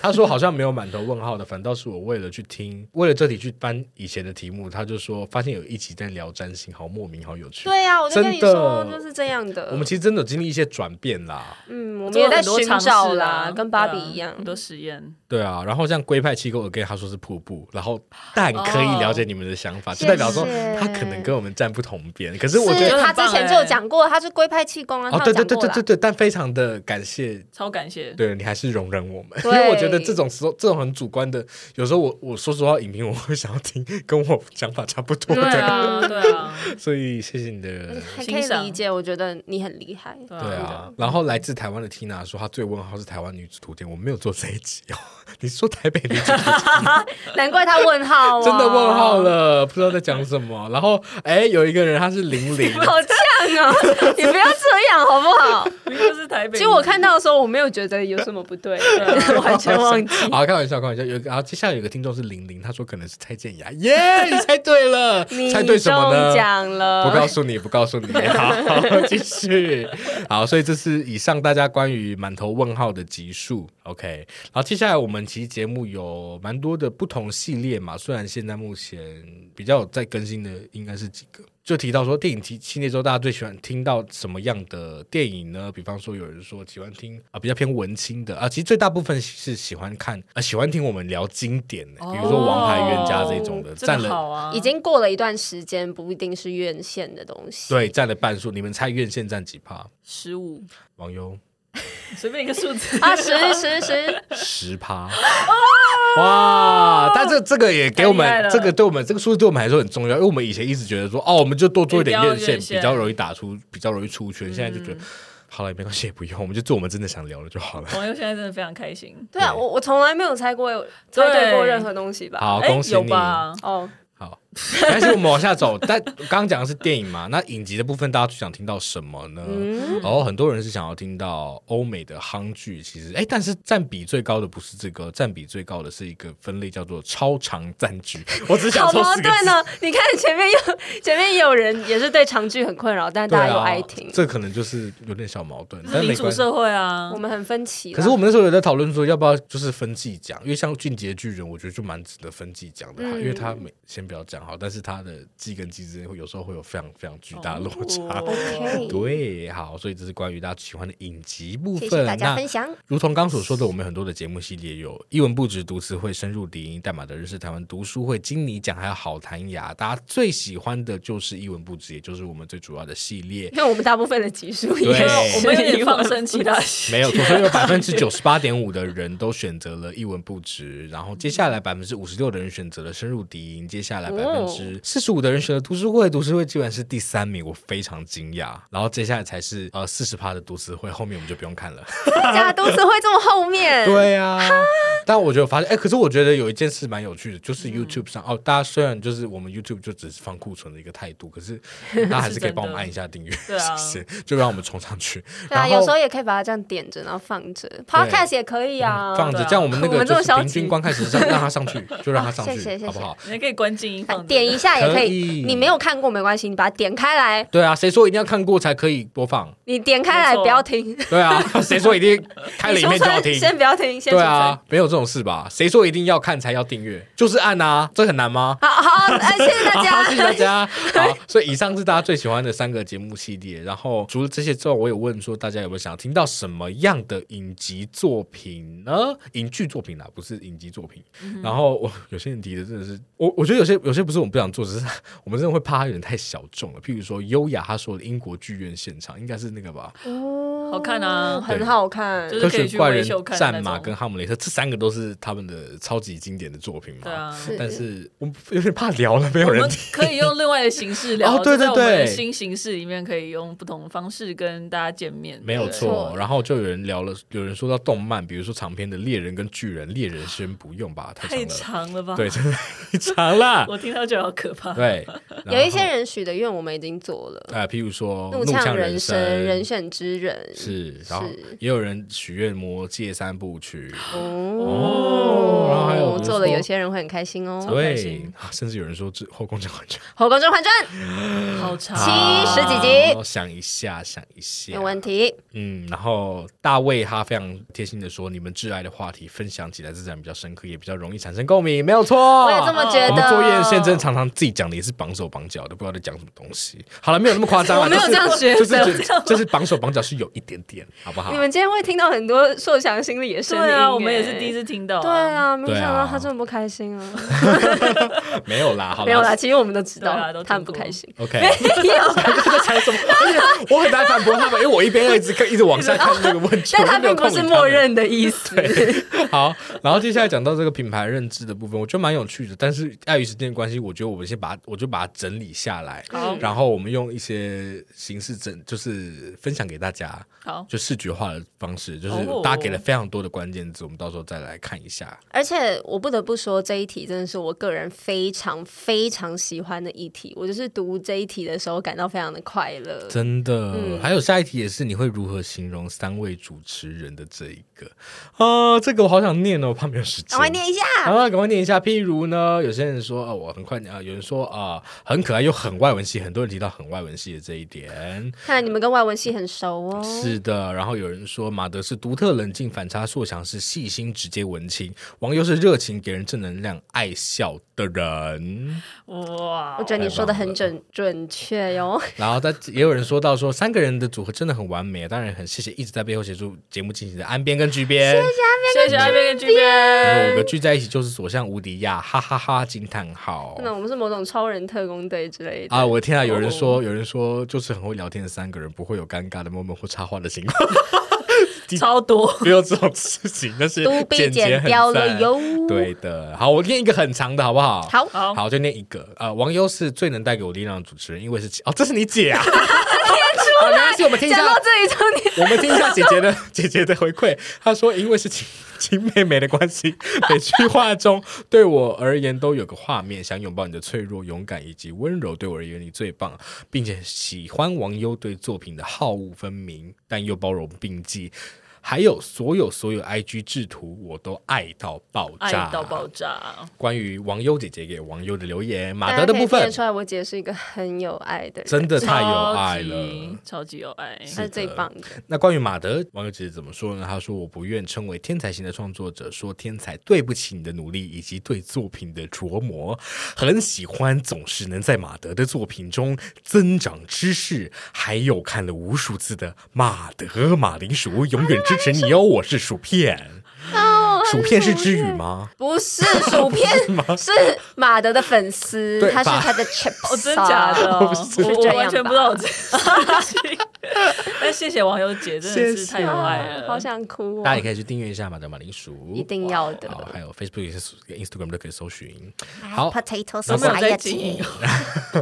Speaker 1: 他说好像没有满头问号的，反倒是我为了去听，为了这题去翻以前的题目，他就说发现有一集在聊占星，好莫名，好有趣。
Speaker 2: 对呀、啊，我就跟你
Speaker 1: 真的
Speaker 2: 说就是这样的。
Speaker 1: 我们其实真的有经历一些转变啦，
Speaker 2: 嗯，我们
Speaker 3: 做
Speaker 2: 也
Speaker 3: 了
Speaker 2: 在
Speaker 3: 很多
Speaker 2: 寻
Speaker 3: 尝试
Speaker 2: 找
Speaker 3: 啊
Speaker 2: 啦，跟芭比
Speaker 3: 对啊
Speaker 2: 一样
Speaker 3: 很。多实验。
Speaker 1: 对啊，然后像龟派气功 again，他说是瀑布，然后但可以了解你们的想法，就代表说
Speaker 2: 哦谢谢
Speaker 1: 他可能跟我们站不同边，可是
Speaker 2: 是
Speaker 1: 我觉得
Speaker 2: 他之前就有讲过，他是龟派气功啊，
Speaker 1: 哦，
Speaker 2: 他
Speaker 1: 对
Speaker 2: 有
Speaker 1: 对
Speaker 2: 讲
Speaker 1: 对
Speaker 2: 过
Speaker 1: 对
Speaker 2: 啦
Speaker 1: 对。对，但非常的感谢，
Speaker 3: 超感谢，
Speaker 1: 对你还是容忍我们， 因
Speaker 2: 对
Speaker 1: 为我觉得这种时候这种很主观的，有时候我我说实话，影评我会想要听跟我想法差不多
Speaker 3: 对
Speaker 1: 的，
Speaker 3: 啊，对啊，
Speaker 1: 所以谢谢你的。
Speaker 2: 还嗯
Speaker 3: 欣
Speaker 2: 可以
Speaker 3: 赏
Speaker 2: 理解，我觉得你很厉害。
Speaker 3: 对
Speaker 1: 对
Speaker 3: 啊，
Speaker 1: 啊，然后来自台湾的 Tina 说，她最问号是台湾女子图鉴，我没有做这一集哦。 你说台北女 子图鉴
Speaker 2: 难怪他问号、啊，
Speaker 1: 真的问号，了，不知道在讲什么。然后哎，有一个人他是零零，
Speaker 2: 好呛 哦！你不要这样好不好？
Speaker 3: 明明就是台北。
Speaker 2: 其实我看到的时候，我没有觉得有什么不对， 完全忘记。
Speaker 1: 好，开玩笑，开玩笑。有一个，然后接下来有个听众是玲玲，他说可能是蔡健雅，耶、你猜对了，
Speaker 2: 你
Speaker 1: 猜对什么
Speaker 2: 中
Speaker 1: 呢？
Speaker 2: 奖了，
Speaker 3: 呃
Speaker 1: 不告诉 你，不告诉你。好，继续。好，所以这是以上大家关于满头问号的集数。OK，然后接下来我们其实节目有蛮多的不同系列嘛，虽然现在目前比较有在更新的应该是几个。就提到说电影系系列之后，大家最喜欢听到什么样的电影呢？比方说有人说喜欢听啊、比较偏文青的啊，其实最大部分是喜欢看啊、喜欢听我们聊经典的、比如说《王牌冤家》这种的，
Speaker 3: 这
Speaker 1: 占
Speaker 3: 个
Speaker 1: 了
Speaker 3: 哦好啊，
Speaker 2: 已经过了一段时间，不一定是院线的东西。
Speaker 1: 对占了半数。你们猜院线占几趴？
Speaker 3: 十五，
Speaker 1: 网友
Speaker 3: 随便一个数字
Speaker 2: 啊，十十 十，
Speaker 1: 十 趴。哇！但这这个也给我
Speaker 3: 哦太厉
Speaker 1: 们
Speaker 3: 害了
Speaker 1: 这个对我们这个数字对我们来说很重要，因为我们以前一直觉得说哦，我们就多做一点
Speaker 3: 比较
Speaker 1: 院线，
Speaker 3: 院线嗯
Speaker 1: 比较容易打出，比较容易出圈。现在就觉得好了，也没关系，也不用，我们就做我们真的想聊的就 好了。
Speaker 3: 网友现在真的非常开心，
Speaker 2: 对啊，我我从来没有猜过有猜对过
Speaker 3: 对
Speaker 2: 任何东西吧？
Speaker 1: 好，
Speaker 3: 哎
Speaker 1: 恭喜
Speaker 3: 有
Speaker 1: 你。
Speaker 3: 吧？
Speaker 2: 哦，
Speaker 1: 好，但是我们往下走。但刚刚讲的是电影嘛，那影集的部分大家最想听到什么呢？
Speaker 3: 嗯
Speaker 2: 嗯
Speaker 1: 然后很多人是想要听到欧美的夯剧，其实哎，但是占比最高的不是这个，占比最高的是一个分类叫做超长占剧。我只想
Speaker 2: 好
Speaker 1: 说
Speaker 2: 矛
Speaker 1: 四个
Speaker 2: 盾
Speaker 1: 字。
Speaker 2: 哦！你看前面又前面也有人也是对长剧很困扰，但
Speaker 1: 对
Speaker 2: 大家又
Speaker 1: 啊
Speaker 2: 爱听，，
Speaker 1: 这可能就是有点小矛盾，但没
Speaker 3: 民
Speaker 1: 关
Speaker 3: 主
Speaker 1: 系。
Speaker 3: 社会啊
Speaker 2: 我，们很分歧啦。
Speaker 1: 可是我们那时候有在讨论说，要不要就是分季奖，因为像《进阶巨人》，我觉得就蛮值得分季奖的，啊
Speaker 2: 嗯
Speaker 1: 因为他每先不要讲好，但是他的季跟季之间会有时候会有非常非常巨大的落差。
Speaker 3: 哦
Speaker 2: OK
Speaker 1: 对，好，所以这是关于大家喜欢的影集部分。
Speaker 2: 谢谢大家
Speaker 1: 那
Speaker 2: 分享。
Speaker 1: 如同刚所说的，我们有很多的节目系列有一文不值、读词汇、深入敌营、代码的认识台湾读书会、金尼奖，还有好弹牙。大家最喜欢的就是一文不值，也就是我们最主要的系列。
Speaker 2: 因为我们大部分的集数
Speaker 1: 对
Speaker 2: 也
Speaker 3: 我
Speaker 2: 是
Speaker 3: 们有点放生其他
Speaker 2: 啊
Speaker 1: 没有错，所以有百分之九十八点五的人都选择了一文不值，然后接下来百分之五十六的人选择了深入敌营，接下来百分
Speaker 2: 哦
Speaker 1: 之四十五的人选择读书会，读书会居然是第三名，我非常惊讶。然后接下来才是呃四十趴的读词会，后面我们就不用看 了。
Speaker 2: 大家都只会这么后面。
Speaker 1: 对啊，但我觉得我发现，哎、可是我觉得有一件事蛮有趣的，就是
Speaker 2: 嗯
Speaker 1: YouTube 上、哦，大家虽然就是我们 YouTube 就只是放库存的一个态度，可是大家还是可以帮我们按一下 订阅，
Speaker 3: 对 啊
Speaker 1: 谢谢，就让我们冲上去。
Speaker 2: 对
Speaker 1: 然
Speaker 2: 啊，
Speaker 1: 后
Speaker 2: 有时候也可以把它这样点着，然后放着。Podcast 也可以啊，
Speaker 1: 嗯放着，
Speaker 3: 对啊
Speaker 1: 这样我们那
Speaker 2: 我
Speaker 1: 个
Speaker 2: 们
Speaker 1: 就
Speaker 2: 这么
Speaker 1: 是
Speaker 2: 消
Speaker 1: 平
Speaker 2: 极
Speaker 1: 均观看时上，让它上去，就让它上
Speaker 2: 谢谢
Speaker 1: 去，
Speaker 2: 谢
Speaker 1: 好不好？
Speaker 3: 你还可以关静音放着
Speaker 2: 点一下也可
Speaker 1: 可
Speaker 2: 以
Speaker 1: 以。
Speaker 2: 你没有看过没关系，你把它点开来，
Speaker 1: 对啊，谁说一定要看过才可以播放？
Speaker 2: 你点开来
Speaker 3: 没错
Speaker 2: 不要听，
Speaker 1: 对啊， 谁说一定开了
Speaker 2: 你
Speaker 1: 影
Speaker 2: 说
Speaker 1: 片就要
Speaker 2: 穿
Speaker 1: 听？
Speaker 2: 先不要听，先
Speaker 1: 对
Speaker 2: 说
Speaker 1: 啊，没有这种事吧？谁说一定要看才要订阅？就是按啊，这很难吗？
Speaker 2: 穿。好好，哎，谢谢 大
Speaker 1: 好谢谢大
Speaker 2: 家。
Speaker 1: 家。好，所以以上是大家最喜欢的三个节目系列。然后除了这些之后，我有问说大家有没有想要听到什么样的影集作品呢？影剧作品啦，不是影集作品。
Speaker 3: 嗯
Speaker 1: 然后我有些人提的真的是，我我觉得有些有些不是我们不想做，只是我们真的会怕它有点太小众了。譬如说优雅，他说的英国剧院现场应该是那个吧，
Speaker 2: 哦
Speaker 3: 好看啊
Speaker 2: 很好看
Speaker 3: 就。是
Speaker 1: 科
Speaker 3: 可以
Speaker 1: 学
Speaker 3: 去
Speaker 1: 怪
Speaker 3: 维
Speaker 1: 人
Speaker 3: 修、看的那
Speaker 1: 战马
Speaker 3: 种
Speaker 1: 跟哈姆雷特这三个都是他们的超级经典的作品嘛。
Speaker 3: 对啊，
Speaker 2: 是
Speaker 1: 但是我有点怕聊了，没有
Speaker 3: 我
Speaker 1: 人
Speaker 3: 们可以用另外的形式聊，
Speaker 1: 哦对
Speaker 3: 就在
Speaker 1: 对
Speaker 3: 我们的
Speaker 1: 对
Speaker 3: 新形式里面可以用不同的方式跟大家见面，
Speaker 1: 没有
Speaker 3: 对
Speaker 1: 错
Speaker 2: 错，
Speaker 1: 然后就有人聊了，有人说到动漫，比如说长篇的《猎人》跟《巨人》，《猎人》先不用吧，太长
Speaker 3: 太
Speaker 1: 了，
Speaker 3: 长了吧？
Speaker 1: 对，，真的 太长 了，
Speaker 3: 我听到觉得好可怕。
Speaker 1: 对。然后
Speaker 2: 有一些人许的愿我们已经做了，
Speaker 1: 啊，譬如说《
Speaker 2: 怒
Speaker 1: 怒呛
Speaker 2: 人
Speaker 1: 生》
Speaker 2: 人选之人
Speaker 1: 是，然后
Speaker 2: 是
Speaker 1: 也有人许愿《魔戒》三部曲，
Speaker 2: 哦
Speaker 1: 然后还有比如
Speaker 2: 做的
Speaker 1: 说
Speaker 2: 有些人会很开心哦。
Speaker 3: 开
Speaker 1: 对
Speaker 3: 心，
Speaker 1: 啊甚至有人说这《后宫甄嬛传
Speaker 2: 后宫甄嬛传
Speaker 3: 好长，》啊
Speaker 2: 七十几集，
Speaker 1: 我啊想一下，想一下，
Speaker 2: 没问题。
Speaker 1: 嗯，然后大卫他非常贴心的说，你们挚爱的话题分享起来自然比较深刻，也比较容易产生共鸣，没有错。
Speaker 2: 我也这么觉
Speaker 1: 哦我们
Speaker 2: 得。
Speaker 1: 做验证真的常常自己讲的也是绑手绑脚的，不知道在讲什么东西。好了，没有那么夸张啊，
Speaker 2: 我没有
Speaker 1: 就是
Speaker 2: 这样觉得
Speaker 1: 就是
Speaker 3: 我这样
Speaker 1: 就是绑手绑脚是有一点点，好不好
Speaker 2: 你？们今天会听到很多受想心里的声音。
Speaker 3: 对啊，我们也是第一
Speaker 2: 次。
Speaker 3: 次听到，
Speaker 2: 对，啊，没
Speaker 1: 对啊
Speaker 2: 想到他这么不开心啊！
Speaker 1: 没有啦，好
Speaker 2: 没有啦，
Speaker 1: 啦。
Speaker 2: 其实我们都知
Speaker 3: 对啊
Speaker 2: 道
Speaker 3: 都听
Speaker 2: 他很不
Speaker 3: 过
Speaker 2: 开 心。
Speaker 1: OK，
Speaker 2: 没有，
Speaker 1: 在讲什么？而且我很难反驳他们，因为我一边要一直看，一直往下看这个问题，
Speaker 2: 但
Speaker 1: 我
Speaker 2: 他
Speaker 1: 就没有
Speaker 2: 并不
Speaker 1: 空理
Speaker 2: 是
Speaker 1: 他
Speaker 2: 默
Speaker 1: 们
Speaker 2: 认的意思。
Speaker 1: 好，然后接下来讲到这个品牌认知的部分，我觉得蛮有趣的，但是碍于时间的关系，我觉得我们先把它，我就把它整理下来，
Speaker 3: 好
Speaker 1: 然后我们用一些形式整，就是分享给大家，
Speaker 3: 好，
Speaker 1: 就视觉化的方式，就是
Speaker 3: 哦嗯
Speaker 1: 大家给了非常多的关键字，我们到时候再来看一下。
Speaker 2: 而且我不得不说，这一题真的是我个人非常非常喜欢的一题。我就是读这一题的时候感到非常的快乐。
Speaker 1: 真的，
Speaker 3: 嗯
Speaker 1: 还有下一题也是，你会如何形容三位主持人的这一个？啊、这个我好想念哦，怕没有时间
Speaker 2: 赶。快念一下，
Speaker 1: 好啊，赶快念一下。譬如呢，有些人说啊、我很快啊、有人说啊、很可爱又很外文系，很多人提到很外文系的这一点。
Speaker 3: 哦
Speaker 2: 看来你们跟外文系很熟哦。
Speaker 1: 是的，然后有人说马德是独特冷静，反差硕强，是细心直接文青；王优是热情，给人正能量，爱笑的人。
Speaker 3: 哇，
Speaker 2: 我觉得你说的很准准确哟。
Speaker 1: 然后他也有人说到说三个人的组合真的很完美，当然很谢谢一直在背后协助节目进行的安边跟居边，
Speaker 3: 谢谢 I 边跟 G 边
Speaker 1: 我们五个聚在一起就是所向无敌呀，哈哈哈惊叹号！
Speaker 2: 那我们是某种超人特工队之类的。
Speaker 1: 啊，我的天啊！有人说，有人说，就是很会聊天的三个人不会有尴尬的 moment 或插话的情况，
Speaker 3: 超多，
Speaker 1: 没有这种事情，但是
Speaker 2: 都被
Speaker 1: 简洁
Speaker 2: 剪
Speaker 1: 很
Speaker 2: 掉了
Speaker 1: 赞
Speaker 2: 哟。
Speaker 1: 对的，好，我念一个很长的好不好？
Speaker 2: 好，
Speaker 3: 好，
Speaker 1: 好，就念一个。呃，王优是最能带给我力量的主持人，因为是哦，这是你姐 啊。 好，没关系，我们听一
Speaker 2: 讲
Speaker 1: 下
Speaker 2: 到，这里之后，你
Speaker 1: 我们听一下姐姐的姐姐的回馈。她说，因为是亲亲妹妹的关系，每句话中对我而言都有个画面，想拥抱你的脆弱、勇敢以及温柔。对我而言，你最棒，并且喜欢王优对作品的好恶分明，但又包容并济。还有所有所有 IG 制图，我都爱到爆
Speaker 3: 爱
Speaker 1: 炸，
Speaker 3: 到爆炸，
Speaker 1: 关于王优姐姐给王优的留言，
Speaker 2: 大
Speaker 1: 马德
Speaker 2: 家
Speaker 1: 的
Speaker 2: 可以
Speaker 1: 部
Speaker 2: 听
Speaker 1: 分
Speaker 2: 得出来，我姐是一个很有爱的人，
Speaker 1: 真的太有爱了
Speaker 3: 超级。超级有爱，
Speaker 2: 她是最棒的。
Speaker 1: 那关于马德，网友姐姐怎么说呢？她说：“我不愿称为天才型的创作者，说天才对不起你的努力以及对作品的琢磨。很喜欢总是能在马德的作品中增长知识，还有看了无数次的马德马铃薯，永远支持你哦！我是薯片， 薯片是之
Speaker 2: 哦
Speaker 1: 语吗？
Speaker 2: 不是薯片，是马德的粉丝，
Speaker 1: 对
Speaker 2: 他是
Speaker 1: 吧
Speaker 2: 他的 chips，
Speaker 3: 哦，真假的
Speaker 2: sauce
Speaker 3: 哦，
Speaker 2: 是
Speaker 3: 我
Speaker 2: 这
Speaker 3: 我
Speaker 2: 样
Speaker 3: 完全
Speaker 2: 吧
Speaker 3: 不知道我这件事情。 但谢谢网友姐，真的是太有爱了，
Speaker 2: 啊好想哭
Speaker 1: 大家也
Speaker 2: 哦，
Speaker 1: 可以去订阅一下马德马铃薯，
Speaker 2: 一定要的。
Speaker 1: 好，还有 Facebook、Instagram 都可以搜寻。好，
Speaker 2: Potato 哎
Speaker 3: 都没有在
Speaker 2: Society，
Speaker 3: 经营，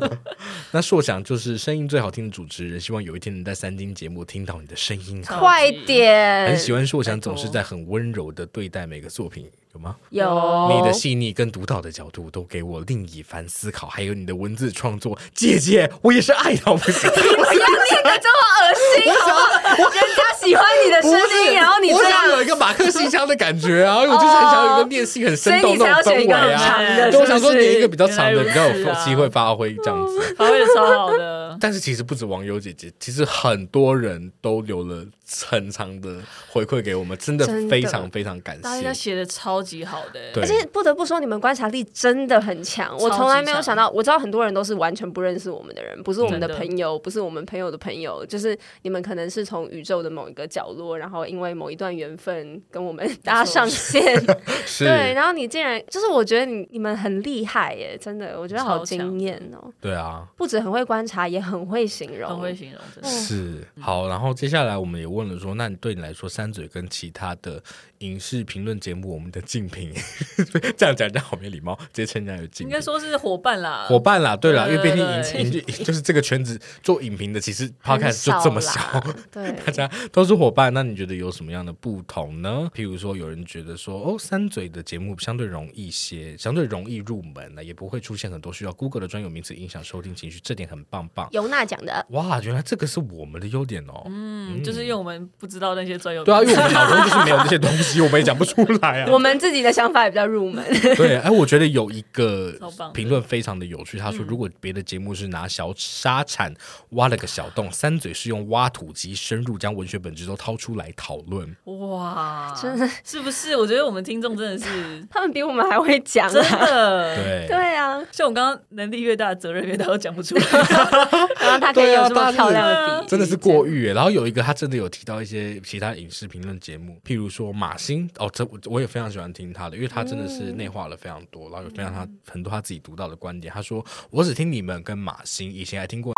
Speaker 1: 那硕想就是声音最好听的主持人，希望有一天能在三金节目听到你的声音。啊
Speaker 3: 好
Speaker 2: 快点！
Speaker 1: 很喜欢硕想总是在很温柔的对待每个作品，有吗？
Speaker 2: 有
Speaker 1: 你的细腻跟独到的角度都给我另一番思考，还有你的文字创作，姐姐，我也是爱到不 行。
Speaker 2: 不要念哦的这么恶心，好吗？人家喜欢你的声音，然后你
Speaker 1: 我
Speaker 2: 这
Speaker 1: 想
Speaker 2: 样
Speaker 1: 有一个马克信箱的感觉啊，因为我就是很想有一个念性很生动
Speaker 2: 所以你才
Speaker 1: 那
Speaker 2: 要
Speaker 1: 种
Speaker 2: 选一
Speaker 1: 氛
Speaker 2: 个
Speaker 1: 围
Speaker 2: 很
Speaker 1: 啊。
Speaker 2: 长
Speaker 1: 对，
Speaker 2: 的，是
Speaker 3: 对
Speaker 2: 不
Speaker 1: 我
Speaker 2: 是
Speaker 1: 想说你一个比较长的，
Speaker 3: 原来
Speaker 1: 比较
Speaker 3: 如
Speaker 1: 有
Speaker 3: 此啊
Speaker 1: 机会发挥这样子。
Speaker 3: 发挥的超好的
Speaker 1: 。但是其实不止网友姐姐，其实很多人都留了很长的回馈给我们，真的
Speaker 2: 真的
Speaker 1: 非常非常感
Speaker 3: 大家
Speaker 1: 谢。
Speaker 3: 写的超级好的、欸，
Speaker 1: 对
Speaker 2: 而且不得不说，你们观察力真的很强。我从来没有想到，我知道很多人都是完全不认识我们的人，不是我们的
Speaker 3: 真的
Speaker 2: 朋友，不是我们朋友的朋友，就是你们可能是从宇宙的某一个角落，然后因为某一段缘分跟我们搭上线。
Speaker 1: 是，
Speaker 2: 对，然后你竟然就是，我觉得你你们很厉害耶，真的，我觉得好
Speaker 3: 超强的
Speaker 2: 惊艳哦！
Speaker 1: 对啊，
Speaker 2: 不止很会观察，也很会形容，
Speaker 3: 很会形容，真的。
Speaker 1: 是好，然后接下来我们也问了说，那你对你来说，三嘴跟其他的影视评论节目，我们的竞品， 这样讲人家好没礼貌，直接称人家有竞
Speaker 3: 应
Speaker 1: 品
Speaker 3: 该。说是伙伴啦，
Speaker 1: 伙伴啦，对啦，因为
Speaker 3: 对
Speaker 1: 毕竟
Speaker 3: 对
Speaker 1: 影影就是这个圈子做影评的，其实 podcast 就这么小，
Speaker 2: 很少啦 对，
Speaker 1: 大家都是伙伴。那你觉得有什么样的不同呢？譬如说，有人觉得说，哦，三嘴的节目相对容易些，相对容易入门呢，也不会出现很多需要 Google 的专有名词影响收听情绪，这点很棒棒。
Speaker 2: 尤娜讲的，
Speaker 1: 哇，原来这个是我们的优点哦。
Speaker 3: 嗯，就是因为我们不知道那些专有名
Speaker 1: 对啊，因为
Speaker 3: 词
Speaker 1: 我们脑中就是没有这些东西，我们也讲不出来啊
Speaker 2: 我。们自己的想法也比较入门。
Speaker 1: 对，哎，我觉得有一个
Speaker 3: 超棒的嗯
Speaker 1: 评论非常的有趣，他说如果别的节目是拿小沙铲挖了个小洞，三嘴是用挖土机深入将文学本质都掏出来讨论。
Speaker 3: 哇，
Speaker 2: 真的
Speaker 3: 是不是？我觉得我们听众真 的是
Speaker 2: 他们比我们还会讲、啊，
Speaker 3: 真的。
Speaker 1: 对，
Speaker 2: 对啊，
Speaker 3: 像我刚刚能力越大，责任越大，都讲不出 来。
Speaker 2: 然后他可以有这么漂亮的笔，
Speaker 1: 啊真的是过誉耶。然后有一个他真的有提到一些其他影视评论节目，譬如说马欣哦，这我我也非常喜欢听他的，因为他真的
Speaker 3: 嗯
Speaker 1: 是内化了非常多，然后有非常他很多他自己独到的观点。他说我只听你们跟马欣，以前还听过。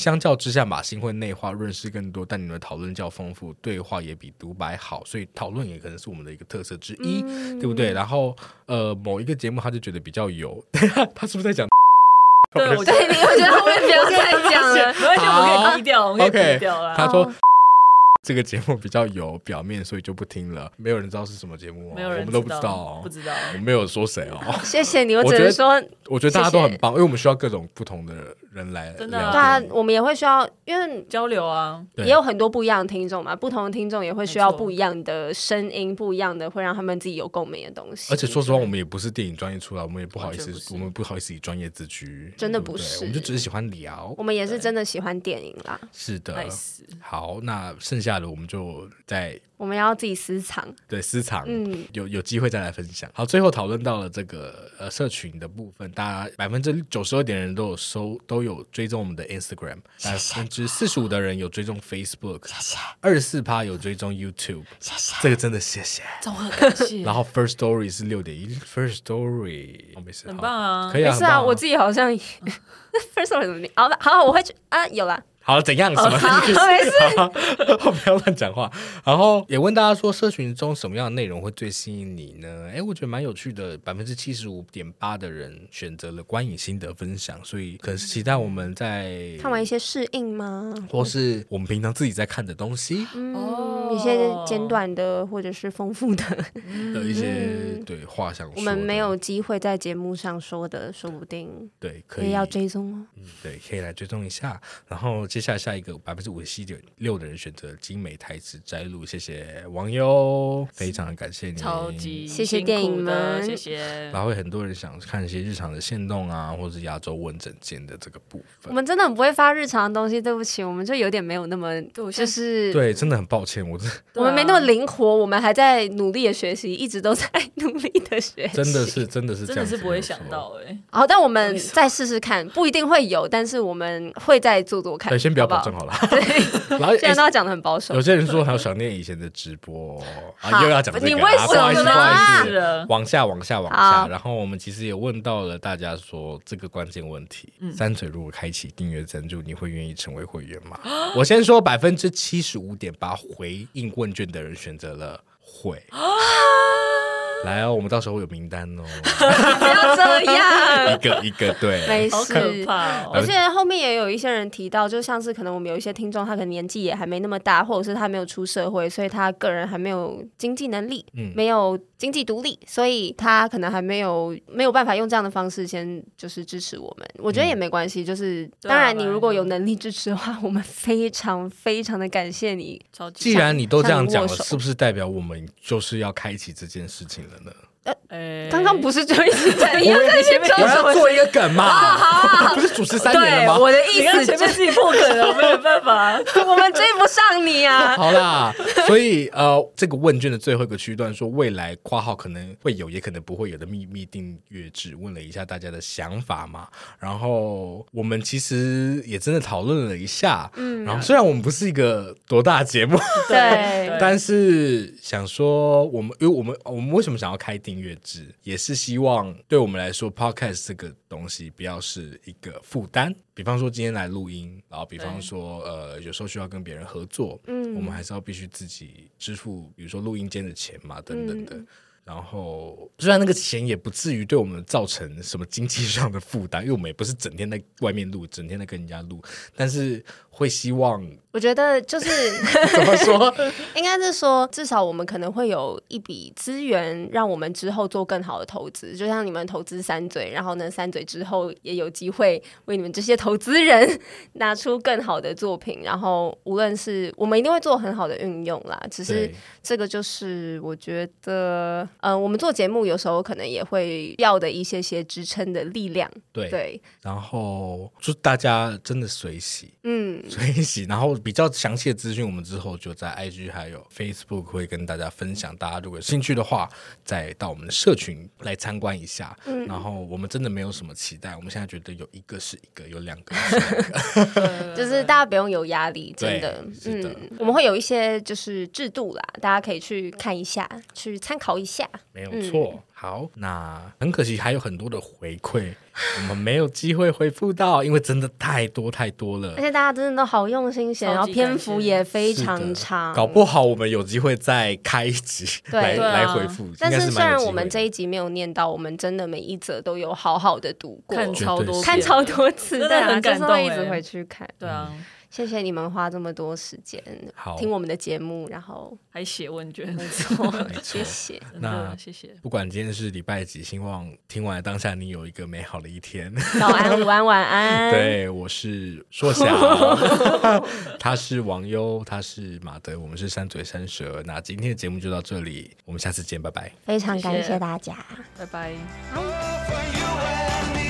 Speaker 1: 相较之下，马欣会内化认识更多，但你们的讨论较丰富，对话也比独白好，所以讨论也可能是我们的一个特色之一，
Speaker 2: 嗯
Speaker 3: 嗯
Speaker 1: 对不对？然后呃，某一个节目他就觉得比较油， 他是不是在讲？
Speaker 3: 对，我觉
Speaker 2: 对，
Speaker 3: 得
Speaker 2: 你我觉得后面不要再讲了。
Speaker 3: 没关系，我们可以低调，我们可以
Speaker 1: OK，
Speaker 3: 低调啦。
Speaker 1: 他
Speaker 2: 哦
Speaker 1: 说。 这个节目比较有表面，所以就不听了。没有人知道是什么节目、哦，
Speaker 3: 没有人
Speaker 1: 我们都不
Speaker 3: 知
Speaker 1: 知道、哦，
Speaker 3: 不知道。
Speaker 1: 我没有说谁 哦。
Speaker 2: 谢谢你，我
Speaker 1: 我
Speaker 2: 只
Speaker 1: 觉
Speaker 2: 能
Speaker 1: 得
Speaker 2: 说，
Speaker 3: 嗯
Speaker 2: 对
Speaker 1: 我觉得大家都很棒，因为我们需要各种不同的人来
Speaker 3: 真的
Speaker 1: 聊
Speaker 3: 对
Speaker 2: 啊
Speaker 1: 天，
Speaker 2: 我们也会需要，因为
Speaker 3: 交流啊，
Speaker 1: 对
Speaker 2: 也有很多不一样的听众嘛，不同的听众也会需要
Speaker 3: 没错
Speaker 2: 不一样的声音，不一样的会让他们自己有共鸣的东西。
Speaker 1: 而且说实话，我们也不是电影专业出来，我们也不好意
Speaker 3: 完全
Speaker 1: 思，
Speaker 3: 不是
Speaker 1: 我们不好意思以专业自居，
Speaker 2: 真的
Speaker 1: 对不
Speaker 2: 不
Speaker 1: 对
Speaker 2: 是
Speaker 1: 我们就只是喜欢聊
Speaker 2: 我。们也是真的喜欢电影啦，
Speaker 1: 是的
Speaker 3: nice
Speaker 1: 好，那剩下的我们就再
Speaker 2: 我们要自己私藏。
Speaker 1: 对私藏，
Speaker 2: 嗯
Speaker 1: 有有机会再来分享。好，最后讨论到了这个呃社群的部分，大家百分之九十二点的人都有收都有追踪我们的 Instagram，百分之四十五的人有追踪 Facebook，二十四趴有追踪 YouTube，这个真的谢谢。
Speaker 3: 综合感谢
Speaker 1: 然，后 First Story 是六点一，First Story 哦没事，
Speaker 3: 很
Speaker 1: 好
Speaker 3: 棒啊
Speaker 1: 可以啊，
Speaker 2: 没事
Speaker 1: 很棒
Speaker 2: 啊，我自己好像 first 怎么念？好吧，好，我会去啊，有啦，
Speaker 1: 好怎样什 么？
Speaker 2: 好，没事。
Speaker 1: 我不要乱讲话。然后也问大家说，社群中什么样的内容会最吸引你呢？诶，我觉得蛮有趣的，百分之七十五点八的人选择了观影心得分享，所以可能是期待我们在
Speaker 2: 看完一些适应吗？
Speaker 1: 或是我们平常自己在看的东西
Speaker 2: 嗯，
Speaker 3: 哦
Speaker 2: 一些简短的或者是丰富的，
Speaker 1: 的一些对画像说的，
Speaker 2: 嗯我们没有机会在节目上说的，说不定
Speaker 1: 对可
Speaker 2: 也
Speaker 1: 以
Speaker 2: 要追踪哦。
Speaker 1: 对，可以来追踪一下。然后接下来下一个百分之五十七点六的人选择精美台词摘录，谢谢网友，非常感谢你，
Speaker 3: 超 级
Speaker 2: 谢谢
Speaker 3: 辛苦
Speaker 2: 电影
Speaker 3: 的
Speaker 2: 们
Speaker 3: 谢谢。
Speaker 1: 然后会很多人想看一些日常的线动啊，或者是亚洲问诊间的这个部
Speaker 2: 我
Speaker 3: 嗯
Speaker 1: 分。
Speaker 2: 们真的很不会发日常的东西，对不起，我们就有点没有那么，
Speaker 3: 对我现在
Speaker 2: 就是
Speaker 1: 对，啊真的很抱歉，我真
Speaker 2: 我们没那么灵活，我们还在努力的学习，一直都在 努力的学习。
Speaker 1: 真的是真的是这
Speaker 3: 真
Speaker 1: 样
Speaker 3: 的
Speaker 1: 子没有
Speaker 3: 是
Speaker 1: 错，
Speaker 3: 不会想到哎、
Speaker 2: 好，但我们再试试看，不一定会有，但是我们会再做做看。
Speaker 1: 对，先不要
Speaker 2: 好
Speaker 1: 保
Speaker 2: 好
Speaker 1: 证。好 了。
Speaker 2: 对，
Speaker 1: 然后
Speaker 3: 啊
Speaker 1: 哎
Speaker 2: 现在
Speaker 1: 诶
Speaker 2: 大家讲的很保守
Speaker 1: 有。些人说还有想念以前的直播啊，
Speaker 2: 好
Speaker 1: 又要讲这个啊，
Speaker 2: 你为
Speaker 1: 不好意思
Speaker 2: 什么
Speaker 1: 不好意
Speaker 2: 啊
Speaker 1: 思
Speaker 3: 是了，
Speaker 1: 往下，往下，往下。
Speaker 2: 好
Speaker 1: 然后我们其实也问到了大家说这个关键问题：
Speaker 2: 嗯
Speaker 1: 三嘴如果开启订阅赞助，你会愿意成为会员吗？ 我先说百分之 七十五点八回应问卷的人选择了会。来哦，我们到时候有名单 哦，
Speaker 2: 不要这样，
Speaker 1: 一个一个对。
Speaker 2: 没
Speaker 3: 好可
Speaker 2: 事。
Speaker 3: 怕
Speaker 1: 呃
Speaker 3: 哦！
Speaker 2: 而且后面也有一些人提到，就像是可能我们有一些听众，他可能年纪也还没那么大，或者是他没有出社会，所以他个人还没有经济能力，
Speaker 1: 嗯
Speaker 2: 没有经济独立，所以他可能还没有没有办法用这样的方式先就是支持我们。我觉得也没关系，就是、
Speaker 3: 对啊
Speaker 2: 当然你
Speaker 3: 本来
Speaker 2: 如果
Speaker 3: 就
Speaker 2: 有能力支持的话，我们非常非常的感谢你。
Speaker 3: 超级
Speaker 1: 既然你都这样讲了，
Speaker 2: 像握手
Speaker 1: 是不是代表我们就是要开启这件事情了呢？
Speaker 3: 哎
Speaker 2: 刚刚不是就一直 在，你
Speaker 1: 我
Speaker 2: 要在前面
Speaker 1: 我要做一个梗 嘛，不是主持三年
Speaker 2: 啊
Speaker 1: 了
Speaker 2: 对
Speaker 1: 吗？
Speaker 2: 我的
Speaker 3: 你
Speaker 2: 意
Speaker 3: 看
Speaker 2: 思
Speaker 3: 前
Speaker 2: 就
Speaker 3: 面自己破梗了，我没有办法。
Speaker 2: 我们追不上你 啊！
Speaker 1: 好啦，所以呃，这个问卷的最后一个区段说未来（括号可能会有，也可能不会有的秘密订阅制），问了一下大家的想法嘛。然后我们其实也真的讨论了一下，嗯，然后虽然我们不是一个多大的节目，
Speaker 2: 对
Speaker 1: 但是想说我们，因为我们我们为什么想要开订阅制，也是希望对我们来说，podcast 这个东西不要是一个负担。比方说今天来录音，然后比方
Speaker 3: 对
Speaker 1: 说呃有时候需要跟别人合作，嗯，我们还是要必须自己支付，比如说录音间的钱嘛，等等的。然后，虽然那个钱也不至于对我们造成什么经济上的负担，因为我们也不是整天在外面录，整天在跟人家录，但是会希望
Speaker 2: 我觉得就是
Speaker 1: 怎么说？
Speaker 2: 应该是说，至少我们可能会有一笔资源，让我们之后做更好的投资。就像你们投资三嘴，然后呢，三嘴之后也有机会为你们这些投资人拿出更好的作品。然后，无论是我们一定会做很好的运用啦，只是
Speaker 1: 对。
Speaker 2: 这个就是我觉得，嗯、我们做节目有时候可能也会要的一些些支撑的力量。
Speaker 1: 对
Speaker 2: 对，
Speaker 1: 然后就大家真的随喜
Speaker 2: 嗯，
Speaker 1: 随喜，然后比较详细的资讯，我们之后就在 IG 还有 Facebook 会跟大家分享。大家如果有兴趣的话，再到我们的社群来参观一下。
Speaker 2: 嗯
Speaker 1: 然后我们真的没有什么期待，我们现在觉得有一个是一个，有两个是两个
Speaker 2: 就是大家不用有压力，真的，
Speaker 1: 对是的
Speaker 2: 嗯，我们会有一些就是制度啦，大家可以去看一下，去参考一下。
Speaker 1: 没有错。
Speaker 2: 嗯
Speaker 1: 好，那很可惜还有很多的回馈，我们没有机会回复到，因为真的太多太多了
Speaker 2: 而。且大家真的都好用心写，
Speaker 3: 超级
Speaker 2: 然后篇幅也非
Speaker 1: 是
Speaker 2: 常
Speaker 1: 的
Speaker 2: 长，
Speaker 1: 搞不好我们有机会再开一集
Speaker 2: 对
Speaker 1: 来
Speaker 3: 对啊
Speaker 1: 来回复。应
Speaker 2: 但
Speaker 1: 该
Speaker 2: 是
Speaker 1: 是
Speaker 2: 虽
Speaker 1: 蛮有
Speaker 2: 然
Speaker 1: 机
Speaker 2: 我们
Speaker 1: 会的
Speaker 2: 这一集没有念到，我们真的每一则都有好好的读过，
Speaker 3: 看
Speaker 1: 绝
Speaker 3: 超
Speaker 1: 对
Speaker 3: 多
Speaker 1: 是
Speaker 3: 遍，
Speaker 2: 看超多次，
Speaker 3: 真的
Speaker 2: 对啊
Speaker 3: 很感
Speaker 2: 就是会
Speaker 3: 动
Speaker 2: 一直
Speaker 3: 欸
Speaker 2: 回去看。
Speaker 3: 对啊，
Speaker 2: 谢谢你们花这么多时间
Speaker 1: 好
Speaker 2: 听我们的节目，然后
Speaker 3: 还写问卷，
Speaker 2: 没 错，
Speaker 1: 错
Speaker 2: 谢谢。
Speaker 3: 真
Speaker 1: 那
Speaker 3: 的谢谢。
Speaker 1: 不管今天是礼拜几，希望听完当下你有一个美好的一 天。
Speaker 2: 早安、午安、晚安。，
Speaker 1: 对，我是硕翔， 他是王优，他是马德，我们是山嘴山舌。那今天的节目就到这里，我们下次见，拜拜。
Speaker 2: 非常感
Speaker 3: 谢谢
Speaker 2: 谢大家。
Speaker 3: 拜拜。
Speaker 6: for you and me.